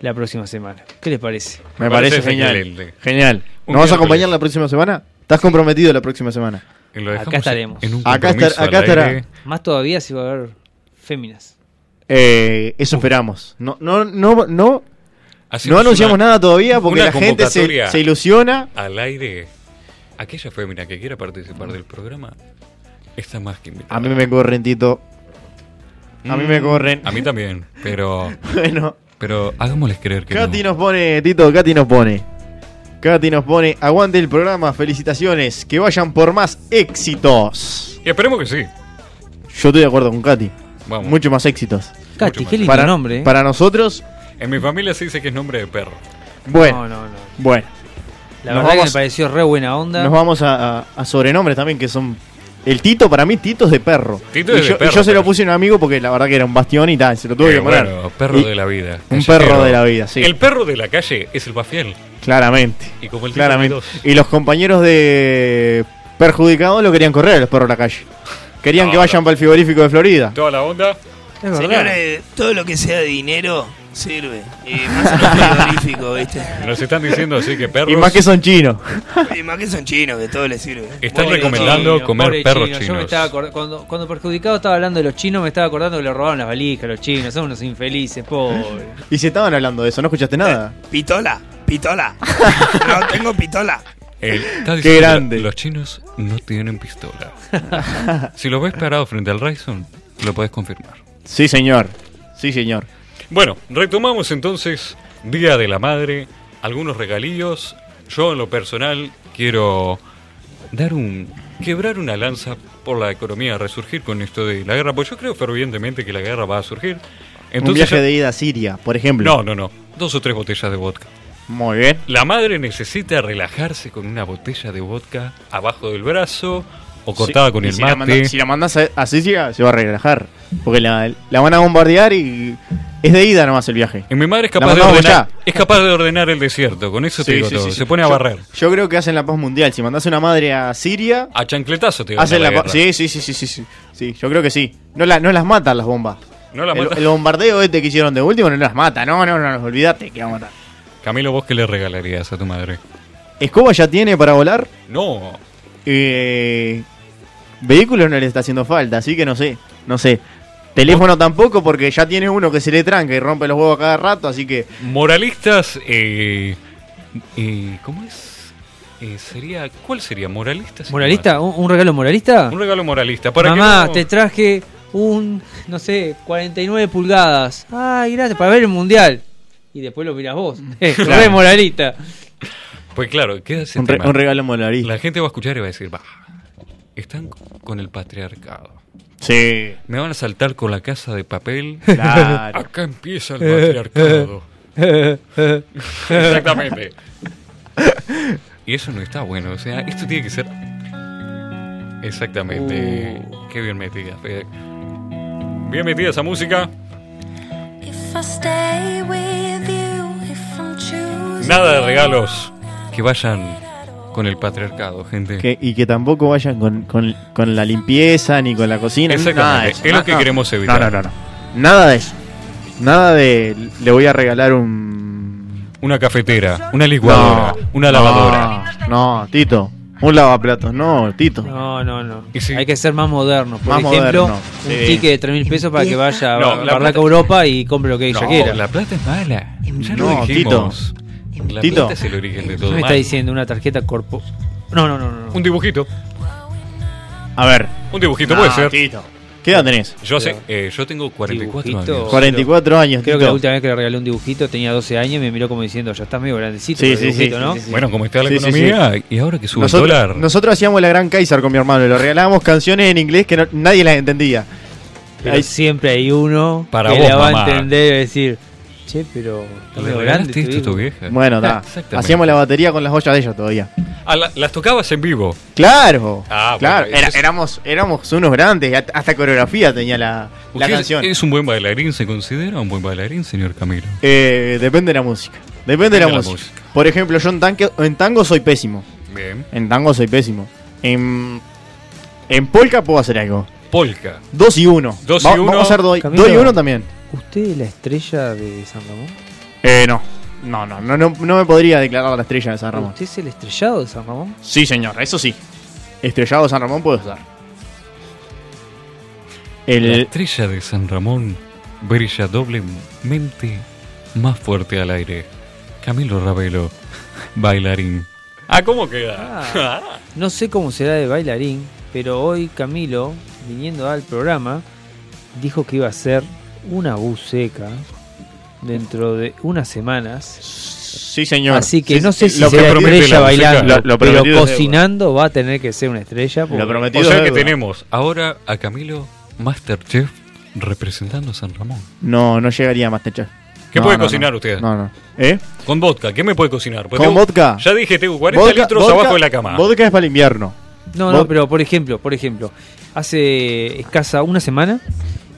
Speaker 4: la próxima semana. ¿Qué les parece?
Speaker 3: Me parece genial.
Speaker 2: excelente.
Speaker 3: Genial.
Speaker 2: Un
Speaker 3: ¿Nos vas a
Speaker 2: miércoles.
Speaker 3: acompañar la próxima semana? ¿Estás comprometido la próxima semana?
Speaker 2: Y lo
Speaker 4: Acá
Speaker 2: dejamos
Speaker 4: estaremos.
Speaker 2: En un
Speaker 3: Acá
Speaker 2: compromiso
Speaker 3: estar- acá
Speaker 2: al
Speaker 3: estará.
Speaker 2: aire.
Speaker 4: Más todavía si va a haber féminas.
Speaker 3: Eh, eso esperamos. No, no, no, no, no
Speaker 2: Hacemos
Speaker 3: anunciamos
Speaker 2: una-
Speaker 3: nada todavía porque
Speaker 2: una
Speaker 3: la gente se,
Speaker 2: convocatoria.
Speaker 3: se ilusiona.
Speaker 2: Al aire, aquella fémina que quiera participar del programa está más que invitada.
Speaker 3: A mí me corren, Tito. A mí me corren.
Speaker 2: Mm. A mí también, pero,
Speaker 3: Bueno,
Speaker 2: pero hagámosles creer que
Speaker 3: Katy
Speaker 2: no.
Speaker 3: nos pone, Tito, Katy nos pone. Katy nos pone, aguante el programa, felicitaciones, que vayan por más éxitos.
Speaker 2: Y esperemos que sí.
Speaker 3: Yo estoy de acuerdo con Katy,
Speaker 2: Vamos.
Speaker 3: mucho más éxitos.
Speaker 4: Katy,
Speaker 2: más.
Speaker 4: qué lindo
Speaker 3: Para,
Speaker 4: nombre. ¿eh?
Speaker 3: para nosotros,
Speaker 2: En mi familia se dice que es nombre de perro.
Speaker 3: bueno,
Speaker 4: No, no, no.
Speaker 3: bueno.
Speaker 4: La
Speaker 3: Nos
Speaker 4: verdad que
Speaker 3: vamos-
Speaker 4: me pareció re buena onda.
Speaker 3: Nos vamos a, a- a sobrenombres también, que son. El Tito, para mí, Tito es de perro.
Speaker 2: Tito
Speaker 3: y
Speaker 2: es de
Speaker 3: yo, y
Speaker 2: perro,
Speaker 3: yo se lo
Speaker 2: pero-
Speaker 3: puse a un amigo porque la verdad que era un bastión y tal, se lo tuve
Speaker 2: Eh,
Speaker 3: que poner.
Speaker 2: bueno, perro
Speaker 3: Y-
Speaker 2: de la vida.
Speaker 3: un
Speaker 2: callejero.
Speaker 3: perro de la vida, sí.
Speaker 2: El perro de la calle es el más fiel.
Speaker 3: Claramente.
Speaker 2: Y como el Tito
Speaker 3: claramente.
Speaker 2: hay dos.
Speaker 3: Y los compañeros de perjudicados lo querían correr a los perros a la calle. Querían
Speaker 2: No,
Speaker 3: que vayan para el frigorífico de Florida.
Speaker 2: Toda la onda.
Speaker 4: Es verdad.
Speaker 7: Señores, todo lo que sea dinero sirve. Y más en los frigoríficos, ¿viste?
Speaker 2: Nos están diciendo así que perros.
Speaker 3: Y más que son chinos.
Speaker 7: Y más que son chinos, que todo les sirve.
Speaker 2: Están
Speaker 4: Pobre
Speaker 2: recomendando
Speaker 4: chino,
Speaker 2: comer
Speaker 4: pobre
Speaker 2: perros
Speaker 4: chino. Yo
Speaker 2: chinos.
Speaker 4: me estaba acordando- cuando, cuando perjudicado estaba hablando de los chinos, me estaba acordando que le robaron las valijas a los chinos. Son unos infelices, pobre.
Speaker 3: Y se estaban hablando de eso, ¿no escuchaste
Speaker 2: Eh.
Speaker 3: nada?
Speaker 7: Pitola, pitola. No tengo pitola.
Speaker 2: Eh, está diciendo,
Speaker 3: grande.
Speaker 2: Los chinos no tienen pistola. si lo ves parado frente al Ryzen, lo puedes confirmar.
Speaker 3: Sí, señor. Sí, señor.
Speaker 2: Bueno, retomamos entonces Día de la Madre, algunos regalillos. Yo en lo personal quiero dar un quebrar una lanza por la economía, resurgir con esto de la guerra, porque yo creo fervientemente que la guerra va a surgir. Entonces
Speaker 3: un viaje
Speaker 2: ya-
Speaker 3: de ida a Siria, por ejemplo.
Speaker 2: No, no, no. Dos o tres botellas de vodka.
Speaker 3: Muy bien.
Speaker 2: La madre necesita relajarse con una botella de vodka abajo del brazo o cortada
Speaker 3: Sí,
Speaker 2: con
Speaker 3: y
Speaker 2: el
Speaker 3: si
Speaker 2: mate.
Speaker 3: La manda- si la mandas a, a Siria, se va a relajar. Porque la, la van a bombardear y es de ida nomás el viaje.
Speaker 2: Y mi madre es
Speaker 3: La
Speaker 2: capaz, de
Speaker 3: mandamos
Speaker 2: ordenar,
Speaker 3: ya.
Speaker 2: es capaz de ordenar el desierto, con eso te
Speaker 3: Sí,
Speaker 2: digo
Speaker 3: sí,
Speaker 2: todo.
Speaker 3: sí, sí.
Speaker 2: Se pone a
Speaker 3: Yo-
Speaker 2: barrer.
Speaker 3: Yo, creo que hacen la pos mundial. Si mandas una madre a Siria,
Speaker 2: A chancletazo te gana
Speaker 3: hacen
Speaker 2: la
Speaker 3: la,
Speaker 2: guerra.
Speaker 3: pos. Sí, sí, sí, sí, sí, sí. Sí, yo creo que sí. No, la- no las matan las bombas.
Speaker 2: No la
Speaker 3: el,
Speaker 2: mata.
Speaker 3: el bombardeo este que hicieron de último no las mata. No, no, no, no, olvídate que va a matar.
Speaker 2: Camilo, ¿vos qué le regalarías a tu madre?
Speaker 3: Escoba ya tiene para volar.
Speaker 2: No.
Speaker 3: Eh, vehículos no le está haciendo falta, así que no sé, no sé. Teléfono tampoco porque ya tiene uno que se le tranca y rompe los huevos cada rato, así que
Speaker 2: Moralistas, eh, eh, ¿cómo es? Eh, sería, ¿Cuál sería? ¿Moralista? sería
Speaker 4: ¿Moralista? ¿Un, un regalo moralista?
Speaker 2: más. Un regalo moralista. Para
Speaker 4: Mamá,
Speaker 2: que no-
Speaker 4: te traje un, no sé, 49 pulgadas. Ay, gracias, para ver el mundial. Y después lo mirás vos.
Speaker 2: Mm.
Speaker 4: Eh, Re moralista.
Speaker 2: Pues claro, ¿qué
Speaker 3: un, re- un regalo molarista.
Speaker 2: La gente va a escuchar y va a decir, bah, están con el patriarcado.
Speaker 3: Sí,
Speaker 2: Me van a saltar con la casa de papel.
Speaker 3: claro. Eh,
Speaker 2: Acá empieza el patriarcado. Exactamente. Y eso no está bueno, o sea, esto tiene que ser... Exactamente.
Speaker 3: Uh.
Speaker 2: Qué bien metida, Fede. Bien metida esa música.
Speaker 8: If I stay with you, if I'm choosing
Speaker 2: Nada de regalos que vayan con el patriarcado, gente.
Speaker 3: Que- y que tampoco vayan con, con- con la limpieza ni con la cocina. ni
Speaker 2: Exactamente,
Speaker 3: nada de eso.
Speaker 2: es lo
Speaker 3: No,
Speaker 2: que
Speaker 3: no.
Speaker 2: queremos evitar.
Speaker 3: No, no, no, no. Nada de eso. Nada de le voy a regalar un...
Speaker 2: Una cafetera, una licuadora,
Speaker 3: No,
Speaker 2: una lavadora.
Speaker 3: No, no, Tito. Un lavaplatos. No, Tito.
Speaker 4: No, no, no.
Speaker 2: Y sí.
Speaker 4: Hay que ser más modernos. Por
Speaker 3: Más
Speaker 4: ejemplo,
Speaker 3: moderno,
Speaker 4: un
Speaker 3: sí.
Speaker 4: ticket de 3 mil pesos para que vaya
Speaker 2: No,
Speaker 4: a
Speaker 2: la
Speaker 4: Barraca
Speaker 2: plata-
Speaker 4: Europa y compre lo que ella
Speaker 2: No,
Speaker 4: quiera.
Speaker 2: la plata es mala. Ya lo
Speaker 3: No,
Speaker 2: dijimos. La
Speaker 3: Tito.
Speaker 2: plata es el origen de
Speaker 4: ¿Qué
Speaker 2: todo
Speaker 4: me
Speaker 2: mal.
Speaker 4: está diciendo? Una tarjeta corpo. No, no, no, no. no.
Speaker 2: Un dibujito.
Speaker 3: A ver.
Speaker 2: Un dibujito
Speaker 3: No,
Speaker 2: puede ser.
Speaker 3: Tito. ¿Qué edad tenés?
Speaker 2: Yo sé, eh, yo tengo 44
Speaker 4: Dibujito.
Speaker 2: años.
Speaker 3: 44 años,
Speaker 4: Creo que
Speaker 3: Tito.
Speaker 4: la última vez que le regalé un dibujito tenía 12 años y me miró como diciendo, ya estás medio grandecito.
Speaker 3: Sí,
Speaker 4: para el
Speaker 3: sí, sí,
Speaker 4: dibujito,
Speaker 3: sí,
Speaker 4: ¿no?
Speaker 3: sí, sí.
Speaker 2: Bueno, como está la
Speaker 3: Sí, sí,
Speaker 2: economía y ahora que sube el
Speaker 3: Nosotros,
Speaker 2: dólar.
Speaker 3: nosotros hacíamos la gran Kaiser con mi hermano y le regalábamos canciones en inglés que no- nadie las entendía.
Speaker 4: Pero
Speaker 3: Ahí-
Speaker 4: siempre hay uno
Speaker 2: Para
Speaker 4: que
Speaker 2: vos,
Speaker 4: la va
Speaker 2: mamá.
Speaker 4: a entender y decir, che, pero está
Speaker 2: ¿Le
Speaker 4: medio
Speaker 2: regalaste
Speaker 4: grande. este
Speaker 2: esto a
Speaker 4: tu
Speaker 2: tu
Speaker 4: viejo".
Speaker 2: vieja?
Speaker 3: bueno, da.
Speaker 2: Exactamente.
Speaker 3: Hacíamos la batería con las ollas de ellos todavía.
Speaker 2: Ah, la- las tocabas en vivo.
Speaker 3: Claro.
Speaker 2: Ah, bueno,
Speaker 3: claro.
Speaker 2: eso
Speaker 3: Era-
Speaker 2: es-
Speaker 3: éramos, éramos unos grandes. at- Hasta coreografía tenía la, la
Speaker 2: ¿Usted
Speaker 3: canción.
Speaker 2: ¿Es un buen bailarín? ¿Se considera un buen bailarín, señor Camilo?
Speaker 3: Eh, depende de la música. Depende de la, música. Por ejemplo, yo en, tanque- en tango soy pésimo.
Speaker 2: Bien.
Speaker 3: En tango soy pésimo. En, en polka puedo hacer algo.
Speaker 2: Polka.
Speaker 3: Dos y uno.
Speaker 2: Dos y
Speaker 3: Va-
Speaker 2: uno.
Speaker 3: Vamos a hacer dos, y-
Speaker 4: Camilo.
Speaker 3: dos y uno también.
Speaker 4: ¿Usted es la estrella de San Ramón?
Speaker 3: Eh, no. No, no, no, no, no me podría declarar la estrella de San Ramón.
Speaker 4: ¿Usted es el estrellado de San Ramón?
Speaker 3: Uh. Sí, señor, eso sí. Estrellado de San Ramón puedo estar.
Speaker 2: La
Speaker 3: El,
Speaker 2: estrella de San Ramón brilla doblemente más fuerte al aire. Camilo Ravelo, bailarín. Ah, ¿cómo queda?
Speaker 4: Ah, no sé cómo será de bailarín, pero hoy Camilo, viniendo al programa, dijo que iba a hacer una buceca dentro de unas semanas.
Speaker 3: sí, señor.
Speaker 4: Así que
Speaker 3: Sí,
Speaker 4: no sé
Speaker 3: sí,
Speaker 4: si
Speaker 3: lo,
Speaker 2: que
Speaker 4: será
Speaker 2: promete
Speaker 4: estrella
Speaker 2: la buceca.
Speaker 4: bailando,
Speaker 3: Lo- lo
Speaker 4: pero
Speaker 3: prometido es
Speaker 4: cocinando va a tener que ser una estrella. porque-
Speaker 3: lo prometido.
Speaker 2: O sea que
Speaker 3: deuda.
Speaker 2: tenemos ahora a Camilo Masterchef representando a San Ramón.
Speaker 3: No, no llegaría a Masterchef.
Speaker 2: ¿Qué
Speaker 3: No,
Speaker 2: puede
Speaker 3: no,
Speaker 2: cocinar
Speaker 3: no.
Speaker 2: usted?
Speaker 3: No, no. ¿Eh?
Speaker 2: Con vodka, ¿qué me puede cocinar?
Speaker 3: ¿Con
Speaker 2: tengo-
Speaker 3: vodka?
Speaker 2: Ya dije, tengo 40 litros abajo de la cama.
Speaker 3: Ah. Vodka es para el invierno.
Speaker 4: No,
Speaker 3: Vos-
Speaker 4: no, pero por ejemplo, por ejemplo, hace escasa una semana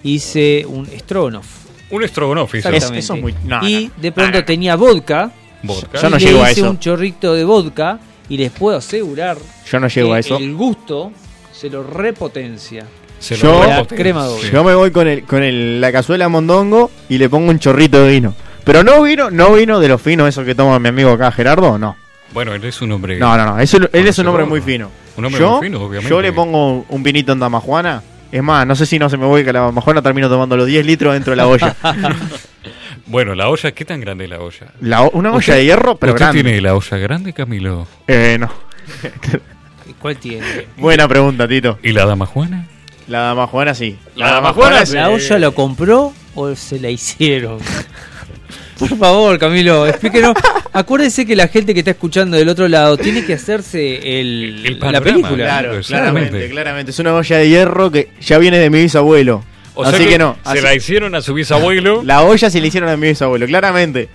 Speaker 4: hice un Strogonoff.
Speaker 2: Un estrogonoff, hizo.
Speaker 3: Es-
Speaker 4: Exactamente.
Speaker 3: eso es muy- no,
Speaker 4: y
Speaker 3: no, no.
Speaker 4: de
Speaker 3: No,
Speaker 4: pronto
Speaker 3: no, no.
Speaker 4: tenía vodka.
Speaker 2: Vodka.
Speaker 3: Yo no
Speaker 4: y
Speaker 3: llego
Speaker 4: le
Speaker 3: a
Speaker 4: hice
Speaker 3: eso.
Speaker 4: un chorrito de vodka y les puedo asegurar
Speaker 3: Yo no llego
Speaker 4: que
Speaker 3: a eso.
Speaker 4: el gusto se lo repotencia.
Speaker 2: Se lo
Speaker 3: yo-
Speaker 2: repoten-
Speaker 4: La crema doble.
Speaker 2: Sí.
Speaker 3: Yo me voy con el, con el, la cazuela de mondongo y le pongo un chorrito de vino. Pero no vino, no vino de los finos esos que toma mi amigo acá, Gerardo, no.
Speaker 2: Bueno, él es un hombre.
Speaker 3: No, no, no. eso- él es un hombre
Speaker 2: Conocedor,
Speaker 3: muy
Speaker 2: ¿no?
Speaker 3: fino.
Speaker 2: Un hombre
Speaker 3: yo,
Speaker 2: muy fino, obviamente.
Speaker 3: Yo le pongo un vinito en Damajuana. Es más, no sé si no se me voy que la Damajuana termino tomando los 10 litros dentro de la olla.
Speaker 2: Bueno, la olla, ¿qué tan grande es la olla?
Speaker 3: La o- una olla
Speaker 2: Usted-
Speaker 3: de hierro, pero
Speaker 2: ¿Usted
Speaker 3: grande.
Speaker 2: tiene la olla grande, Camilo?
Speaker 3: Eh, no.
Speaker 4: ¿Y ¿Cuál tiene?
Speaker 3: Buena pregunta, Tito.
Speaker 2: ¿Y la dama Juana?
Speaker 3: La Damajuana sí.
Speaker 2: La Damajuana
Speaker 3: sí.
Speaker 4: La olla lo compró o se la hicieron? Por favor, Camilo, explíquenos. Acuérdense que la gente que está escuchando del otro lado tiene que hacerse el,
Speaker 2: El- el
Speaker 4: la
Speaker 2: panorama,
Speaker 4: película.
Speaker 2: claro.
Speaker 3: Claro,
Speaker 2: Exactamente.
Speaker 3: claramente, claramente. Es una olla de hierro que ya viene de mi bisabuelo.
Speaker 2: O
Speaker 3: así
Speaker 2: sea
Speaker 3: que, no.
Speaker 2: Se
Speaker 3: así-
Speaker 2: la hicieron a su bisabuelo.
Speaker 3: la olla se le hicieron a mi bisabuelo, claramente.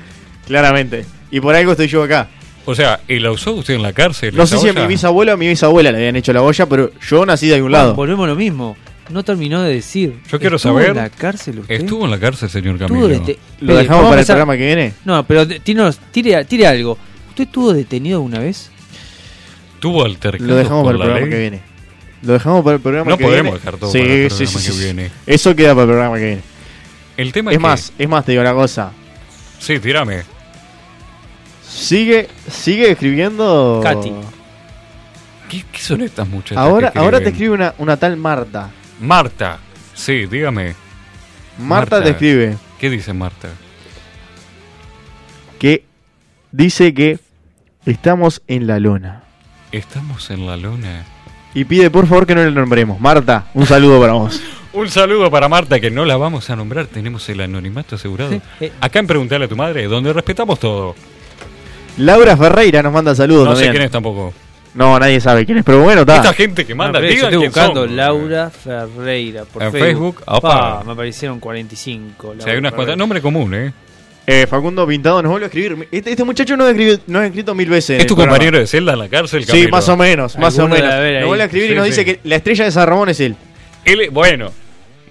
Speaker 3: Claramente. Y por algo estoy yo acá.
Speaker 2: O sea, ¿y la usó usted en la cárcel?
Speaker 3: No sé
Speaker 2: esa
Speaker 3: si a
Speaker 2: olla?
Speaker 3: mi bisabuelo o a mi bisabuela le habían hecho la olla, pero yo nací de algún
Speaker 4: Bueno,
Speaker 3: lado.
Speaker 4: volvemos a lo mismo. No terminó de decir.
Speaker 2: Yo quiero
Speaker 4: ¿Estuvo
Speaker 2: saber-
Speaker 4: en la cárcel usted?
Speaker 2: Estuvo en la cárcel, señor
Speaker 4: Estuvo
Speaker 2: Camilo.
Speaker 4: dete-
Speaker 3: Lo
Speaker 4: Espere,
Speaker 3: dejamos
Speaker 4: vamos
Speaker 3: para
Speaker 4: a
Speaker 3: el
Speaker 4: empezar-
Speaker 3: programa que viene.
Speaker 4: No, pero de- tírenos- tire, tire algo. ¿Usted estuvo detenido alguna vez?
Speaker 2: Tuvo altercados
Speaker 3: Lo dejamos
Speaker 2: por
Speaker 3: para el
Speaker 2: la
Speaker 3: programa
Speaker 2: ley?
Speaker 3: que viene. Lo dejamos para el programa
Speaker 2: No
Speaker 3: que viene.
Speaker 2: podemos dejar todo para el programa que viene.
Speaker 3: Eso queda para el programa que viene.
Speaker 2: El tema
Speaker 3: Es
Speaker 2: que-
Speaker 3: más, es más, te digo una cosa.
Speaker 2: Sí, tirame.
Speaker 3: Sigue, sigue escribiendo.
Speaker 4: Katy.
Speaker 2: ¿Qué, qué son estas muchachas?
Speaker 3: Ahora,
Speaker 2: que
Speaker 3: ahora te
Speaker 2: escriben?
Speaker 3: escribe una, una tal Marta.
Speaker 2: Marta. Sí, dígame.
Speaker 3: Marta.
Speaker 2: Marta.
Speaker 3: te escribe
Speaker 2: ¿Qué dice Marta?
Speaker 3: que dice que estamos en la lona.
Speaker 2: Estamos en la lona.
Speaker 3: Y pide por favor que no le nombremos. Marta, un saludo para vos.
Speaker 2: Un saludo para Marta, que no la vamos a nombrar. Tenemos el anonimato asegurado.
Speaker 4: Eh.
Speaker 2: Acá en Preguntarle a tu madre, donde respetamos todo.
Speaker 3: Laura Ferreira nos manda saludos
Speaker 2: No sé
Speaker 3: también.
Speaker 2: quién es tampoco.
Speaker 3: No, nadie sabe quién es, pero bueno,
Speaker 2: Esta
Speaker 3: está.
Speaker 2: gente que manda,
Speaker 4: Ah, pero yo
Speaker 2: digan
Speaker 4: estoy
Speaker 2: quién
Speaker 4: buscando
Speaker 2: son.
Speaker 4: Laura Ferreira por
Speaker 2: En
Speaker 4: Facebook.
Speaker 2: Facebook, apa.
Speaker 4: Pa, me aparecieron 45.
Speaker 2: O
Speaker 4: Laura
Speaker 2: sea, hay unas cuantas.
Speaker 4: Ferreira.
Speaker 2: Nombre común, ¿eh?
Speaker 3: Eh, Facundo Pintado nos vuelve a escribir. Este, este muchacho no ha escrito, no ha escrito mil veces. en
Speaker 2: Es
Speaker 3: el
Speaker 2: tu
Speaker 3: programa.
Speaker 2: compañero de celda en la cárcel,
Speaker 3: Sí, más o menos, más o
Speaker 4: Alguno
Speaker 3: menos.
Speaker 4: debe haber
Speaker 3: Nos
Speaker 4: ahí.
Speaker 3: vuelve a escribir y
Speaker 2: Sí,
Speaker 3: nos
Speaker 2: sí.
Speaker 3: dice que la estrella de San Ramón es él.
Speaker 2: Él es- bueno,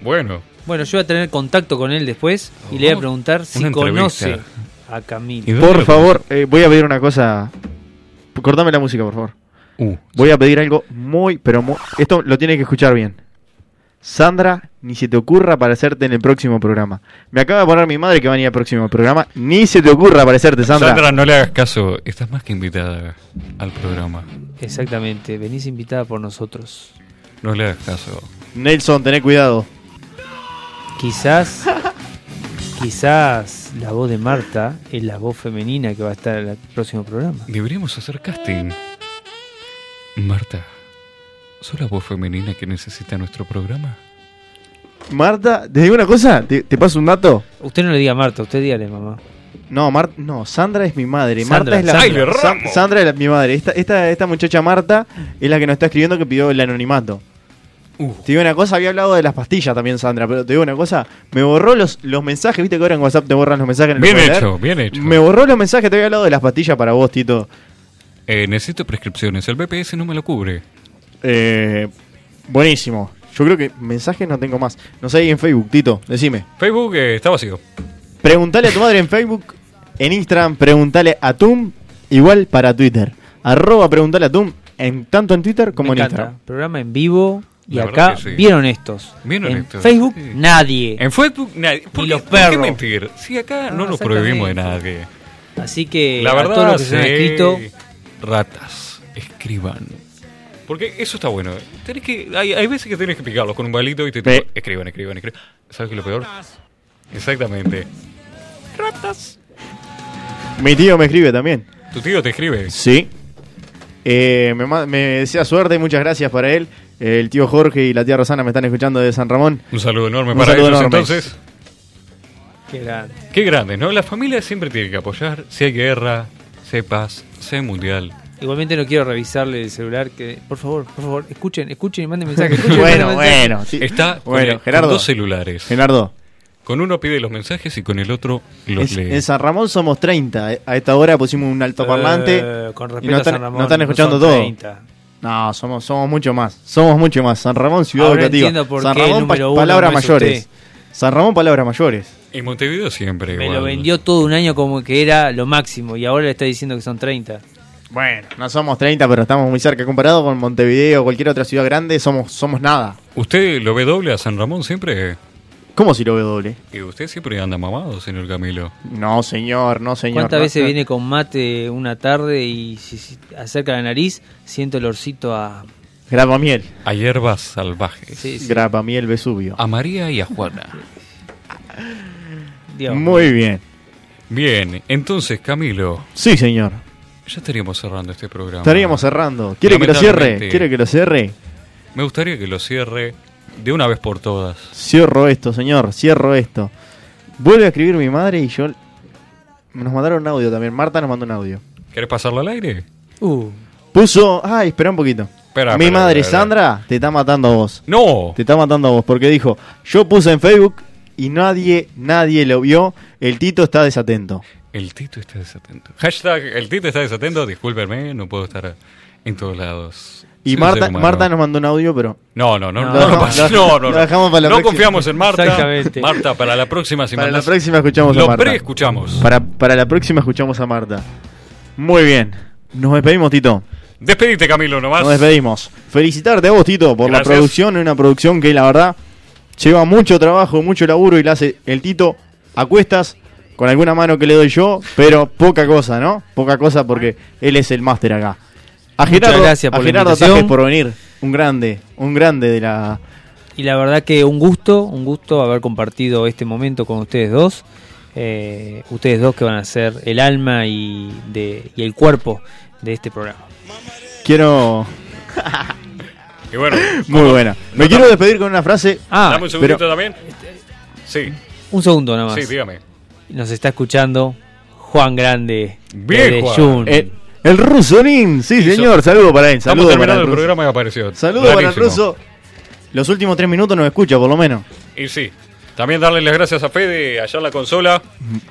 Speaker 2: bueno.
Speaker 4: Bueno, yo voy a tener contacto con él después y le voy a
Speaker 2: Oh,
Speaker 4: preguntar si
Speaker 2: una entrevista.
Speaker 4: conoce a Camilo.
Speaker 2: ¿Y dónde
Speaker 3: Por
Speaker 2: lo-
Speaker 3: favor, eh, voy a pedir una cosa. Cortame la música, por favor.
Speaker 2: Uh,
Speaker 3: Voy a pedir algo muy, pero muy... Esto lo tiene que escuchar bien. Sandra, ni se te ocurra aparecerte en el próximo programa. Me acaba de poner mi madre que va a ir al próximo programa. Ni se te ocurra aparecerte, Sandra.
Speaker 2: Sandra, no le hagas caso. Estás más que invitada al programa.
Speaker 4: Exactamente, venís invitada por nosotros.
Speaker 2: No le hagas caso.
Speaker 3: Nelson, tené cuidado.
Speaker 4: Quizás, quizás la voz de Marta es la voz femenina que va a estar en el próximo programa.
Speaker 2: Deberíamos hacer casting. Marta, ¿sos la voz femenina que necesita nuestro programa?
Speaker 3: Marta, te digo una cosa, te, te paso un dato.
Speaker 4: Usted no le diga a Marta, usted dígale mamá.
Speaker 3: No, Mar- no, Sandra es mi madre.
Speaker 4: Sandra,
Speaker 3: Marta es la
Speaker 2: Sandra. ¡Ay, le
Speaker 3: Sa-
Speaker 2: ramo!
Speaker 3: Sandra es la- mi madre. Esta, esta, esta muchacha Marta es la que nos está escribiendo que pidió el anonimato.
Speaker 2: Uh.
Speaker 3: Te digo una cosa, había hablado de las pastillas también, Sandra, pero te digo una cosa, me borró los, los mensajes, viste que ahora en WhatsApp te borran los mensajes. no los
Speaker 2: Bien
Speaker 3: puedes
Speaker 2: hecho,
Speaker 3: leer?
Speaker 2: bien hecho.
Speaker 3: Me borró los mensajes, te había hablado de las pastillas para vos, Tito.
Speaker 2: Eh, necesito prescripciones. El BPS no me lo cubre.
Speaker 3: Eh, buenísimo. Yo creo que mensajes no tengo más. No sé, ahí en Facebook, Tito, decime.
Speaker 2: Facebook eh, está vacío.
Speaker 3: Preguntale a tu madre en Facebook, en Instagram, preguntale a Tum, igual para Twitter. Arroba preguntale a Tum, en, tanto en Twitter como
Speaker 4: Me
Speaker 3: en
Speaker 4: encanta.
Speaker 3: Instagram.
Speaker 4: Programa en vivo y
Speaker 2: La verdad
Speaker 4: acá
Speaker 2: que sí.
Speaker 4: vieron estos.
Speaker 2: Vieron
Speaker 4: en
Speaker 2: estos,
Speaker 4: Facebook
Speaker 2: sí.
Speaker 4: nadie.
Speaker 2: En Facebook, nadie. ¿Por,
Speaker 4: Y
Speaker 2: qué-
Speaker 4: los
Speaker 2: por qué
Speaker 4: perros.
Speaker 2: mentir? Si acá
Speaker 4: Ah,
Speaker 2: no nos
Speaker 4: exactamente.
Speaker 2: prohibimos de nadie.
Speaker 4: Así que
Speaker 2: La
Speaker 4: a
Speaker 2: verdad,
Speaker 4: todos los que se han
Speaker 2: sí,
Speaker 4: escrito,
Speaker 2: ratas,
Speaker 3: Ah.
Speaker 2: escriban. Porque eso está bueno. Tenés que, hay, hay veces que tenés que picarlos con un balito y te
Speaker 3: Ve.
Speaker 2: escriban, escriban, escriban. ¿Sabes qué es lo peor? Exactamente. Ratas.
Speaker 3: Mi tío me escribe también.
Speaker 2: Tu tío te escribe.
Speaker 3: Sí. Eh, me, ma- me desea suerte, muchas gracias para él. El tío Jorge y la tía Rosana me están escuchando de San Ramón.
Speaker 2: Un saludo enorme
Speaker 3: Un
Speaker 2: para
Speaker 3: saludo
Speaker 2: ellos
Speaker 3: enorme.
Speaker 2: entonces.
Speaker 4: qué grande.
Speaker 2: Qué grande, ¿no? La familia siempre tiene que apoyar. Si hay guerra, si hay paz, si hay mundial.
Speaker 4: Igualmente no quiero revisarle el celular. que Por favor, por favor, escuchen, escuchen y manden mensajes. escuchen y
Speaker 3: bueno,
Speaker 4: manden mensajes.
Speaker 3: bueno. sí.
Speaker 2: Está con el-
Speaker 4: eh,
Speaker 3: bueno,
Speaker 2: con
Speaker 3: Gerardo.
Speaker 2: dos celulares.
Speaker 3: Gerardo,
Speaker 2: Con uno pide los mensajes y con el otro los
Speaker 3: es-
Speaker 2: lee.
Speaker 3: en San Ramón somos 30. eh, A esta hora pusimos un altoparlante.
Speaker 4: Eh, con respeto
Speaker 3: y no
Speaker 4: a San
Speaker 3: están-
Speaker 4: Ramón,
Speaker 3: no están escuchando
Speaker 4: son
Speaker 3: todo.
Speaker 4: 30.
Speaker 3: No, somos, somos mucho más. Somos mucho más. San Ramón, ciudad
Speaker 4: Ahora
Speaker 3: educativa.
Speaker 4: entiendo por
Speaker 3: San
Speaker 4: qué
Speaker 3: Ramón,
Speaker 4: el número uno
Speaker 3: palabras
Speaker 4: no es
Speaker 3: mayores.
Speaker 4: usted.
Speaker 3: San Ramón, palabras mayores.
Speaker 2: En Montevideo siempre.
Speaker 4: Me
Speaker 2: igual.
Speaker 4: lo vendió todo un año como que era lo máximo y ahora le está diciendo que son 30.
Speaker 3: Bueno, no somos 30, pero estamos muy cerca. Comparado con Montevideo o cualquier otra ciudad grande, somos, somos nada.
Speaker 2: ¿Usted lo ve doble a San Ramón siempre?
Speaker 3: ¿Cómo si lo veo doble?
Speaker 2: Y usted siempre anda mamado, señor Camilo.
Speaker 3: No, señor, no, señor.
Speaker 4: ¿Cuántas
Speaker 3: no,
Speaker 4: veces
Speaker 3: no.
Speaker 4: viene con mate una tarde y si, si acerca la nariz siento el olorcito a...
Speaker 3: Grapa miel.
Speaker 2: A hierbas salvajes.
Speaker 4: Sí, Ah, sí,
Speaker 3: Grapa miel Vesubio.
Speaker 2: A María y a Juana.
Speaker 4: Dios.
Speaker 3: muy bien.
Speaker 2: Bien, entonces, Camilo,
Speaker 3: Sí, señor.
Speaker 2: ya estaríamos cerrando este programa.
Speaker 3: Estaríamos cerrando. ¿Quiere que lo cierre?
Speaker 2: Lamentablemente.
Speaker 3: ¿Quiere que lo cierre?
Speaker 2: Me gustaría que lo cierre de una vez por todas.
Speaker 3: Cierro esto, señor. Cierro esto. Vuelve a escribir mi madre y yo. Nos mandaron un audio también. Marta nos mandó un audio.
Speaker 2: ¿Querés pasarlo al aire?
Speaker 4: Uh,
Speaker 3: Puso. Ay, espera un poquito.
Speaker 2: Espera,
Speaker 3: mi
Speaker 2: espera, espera,
Speaker 3: madre
Speaker 2: espera.
Speaker 3: Sandra te está matando a vos.
Speaker 2: ¡No!
Speaker 3: Te está matando a vos porque dijo: Yo puse en Facebook y nadie, nadie lo vio. El Tito está desatento.
Speaker 2: El Tito está desatento. Hashtag el Tito está desatento, discúlpenme, no puedo estar en todos lados.
Speaker 3: Y
Speaker 2: Soy un
Speaker 3: Marta,
Speaker 2: ser humano.
Speaker 3: Marta nos mandó un audio, pero.
Speaker 2: No, no, no, no,
Speaker 4: No,
Speaker 2: no,
Speaker 4: no,
Speaker 2: pasa- no,
Speaker 3: no,
Speaker 2: no,
Speaker 3: lo
Speaker 2: no.
Speaker 3: dejamos para la
Speaker 2: No
Speaker 3: próxima.
Speaker 2: confiamos en Marta.
Speaker 4: Exactamente.
Speaker 2: Marta, para la próxima si
Speaker 3: Para la
Speaker 2: mandás-
Speaker 3: próxima escuchamos a
Speaker 2: Lo
Speaker 3: Marta.
Speaker 2: pre-escuchamos.
Speaker 3: Para, para la próxima escuchamos a Marta. Muy bien. Nos despedimos, Tito.
Speaker 2: Despedite, Camilo, nomás.
Speaker 3: Nos despedimos. Felicitarte a vos, Tito, por la
Speaker 2: Gracias.
Speaker 3: producción. Una producción que, la verdad, lleva mucho trabajo, mucho laburo y la hace el Tito a cuestas, con alguna mano que le doy yo, pero poca cosa, ¿no? Poca cosa porque él es el máster acá. A Gerardo,
Speaker 4: gracias por
Speaker 3: a
Speaker 4: la
Speaker 3: Gerardo
Speaker 4: invitación.
Speaker 3: Tajes por venir. Un grande, un grande de la...
Speaker 4: Y la verdad que un gusto, un gusto haber compartido este momento con ustedes dos. Eh, ustedes dos que van a ser el alma y, de, y el cuerpo de este programa.
Speaker 3: Quiero...
Speaker 2: Y bueno,
Speaker 3: Muy buena. Me quiero despedir con una frase...
Speaker 4: Ah,
Speaker 2: dame un segundito
Speaker 3: pero-
Speaker 2: también. Sí,
Speaker 4: un segundo nada más.
Speaker 2: sí, dígame.
Speaker 4: Nos está escuchando Juan Grande
Speaker 2: Bien,
Speaker 4: de
Speaker 2: Juan.
Speaker 4: Jun.
Speaker 3: El, el ruso Nin, sí señor, saludo para él.
Speaker 2: Estamos
Speaker 3: Saludo para
Speaker 2: terminando el
Speaker 3: el ruso.
Speaker 2: programa que apareció.
Speaker 3: Saludo para el
Speaker 2: Rarísimo.
Speaker 3: ruso. Los últimos tres minutos nos escucha, por lo menos.
Speaker 2: Y sí, también darle las gracias a Fede, allá en la consola.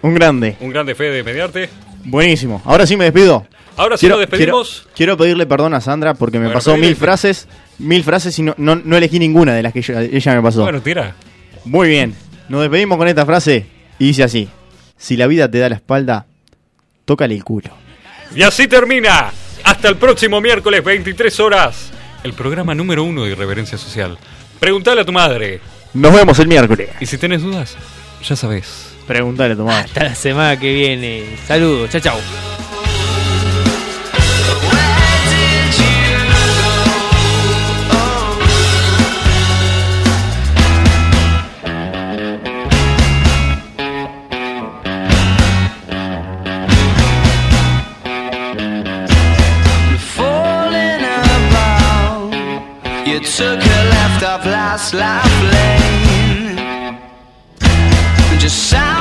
Speaker 3: Un grande.
Speaker 2: Un grande Fede Mediarte.
Speaker 3: Buenísimo. Ahora sí me despido.
Speaker 2: Ahora sí nos despedimos.
Speaker 3: Quiero, quiero pedirle perdón a Sandra porque me
Speaker 2: Bueno,
Speaker 3: pasó
Speaker 2: pedile-
Speaker 3: mil frases. Mil frases y no, no, no elegí ninguna de las que yo- ella me pasó.
Speaker 2: Bueno, tira.
Speaker 3: Muy bien. Nos despedimos con esta frase y dice así. Si la vida te da la espalda, tócale el culo.
Speaker 2: Y así termina. Hasta el próximo miércoles, 23 horas. El programa número uno de Irreverencia Social. Preguntale a tu madre.
Speaker 3: Nos vemos el miércoles.
Speaker 2: Y si tenés dudas, ya sabés.
Speaker 3: Preguntale a tu madre.
Speaker 4: Hasta la semana que viene. Saludos, chao, chao.
Speaker 5: falling about. You took a left off last life lane. Just sat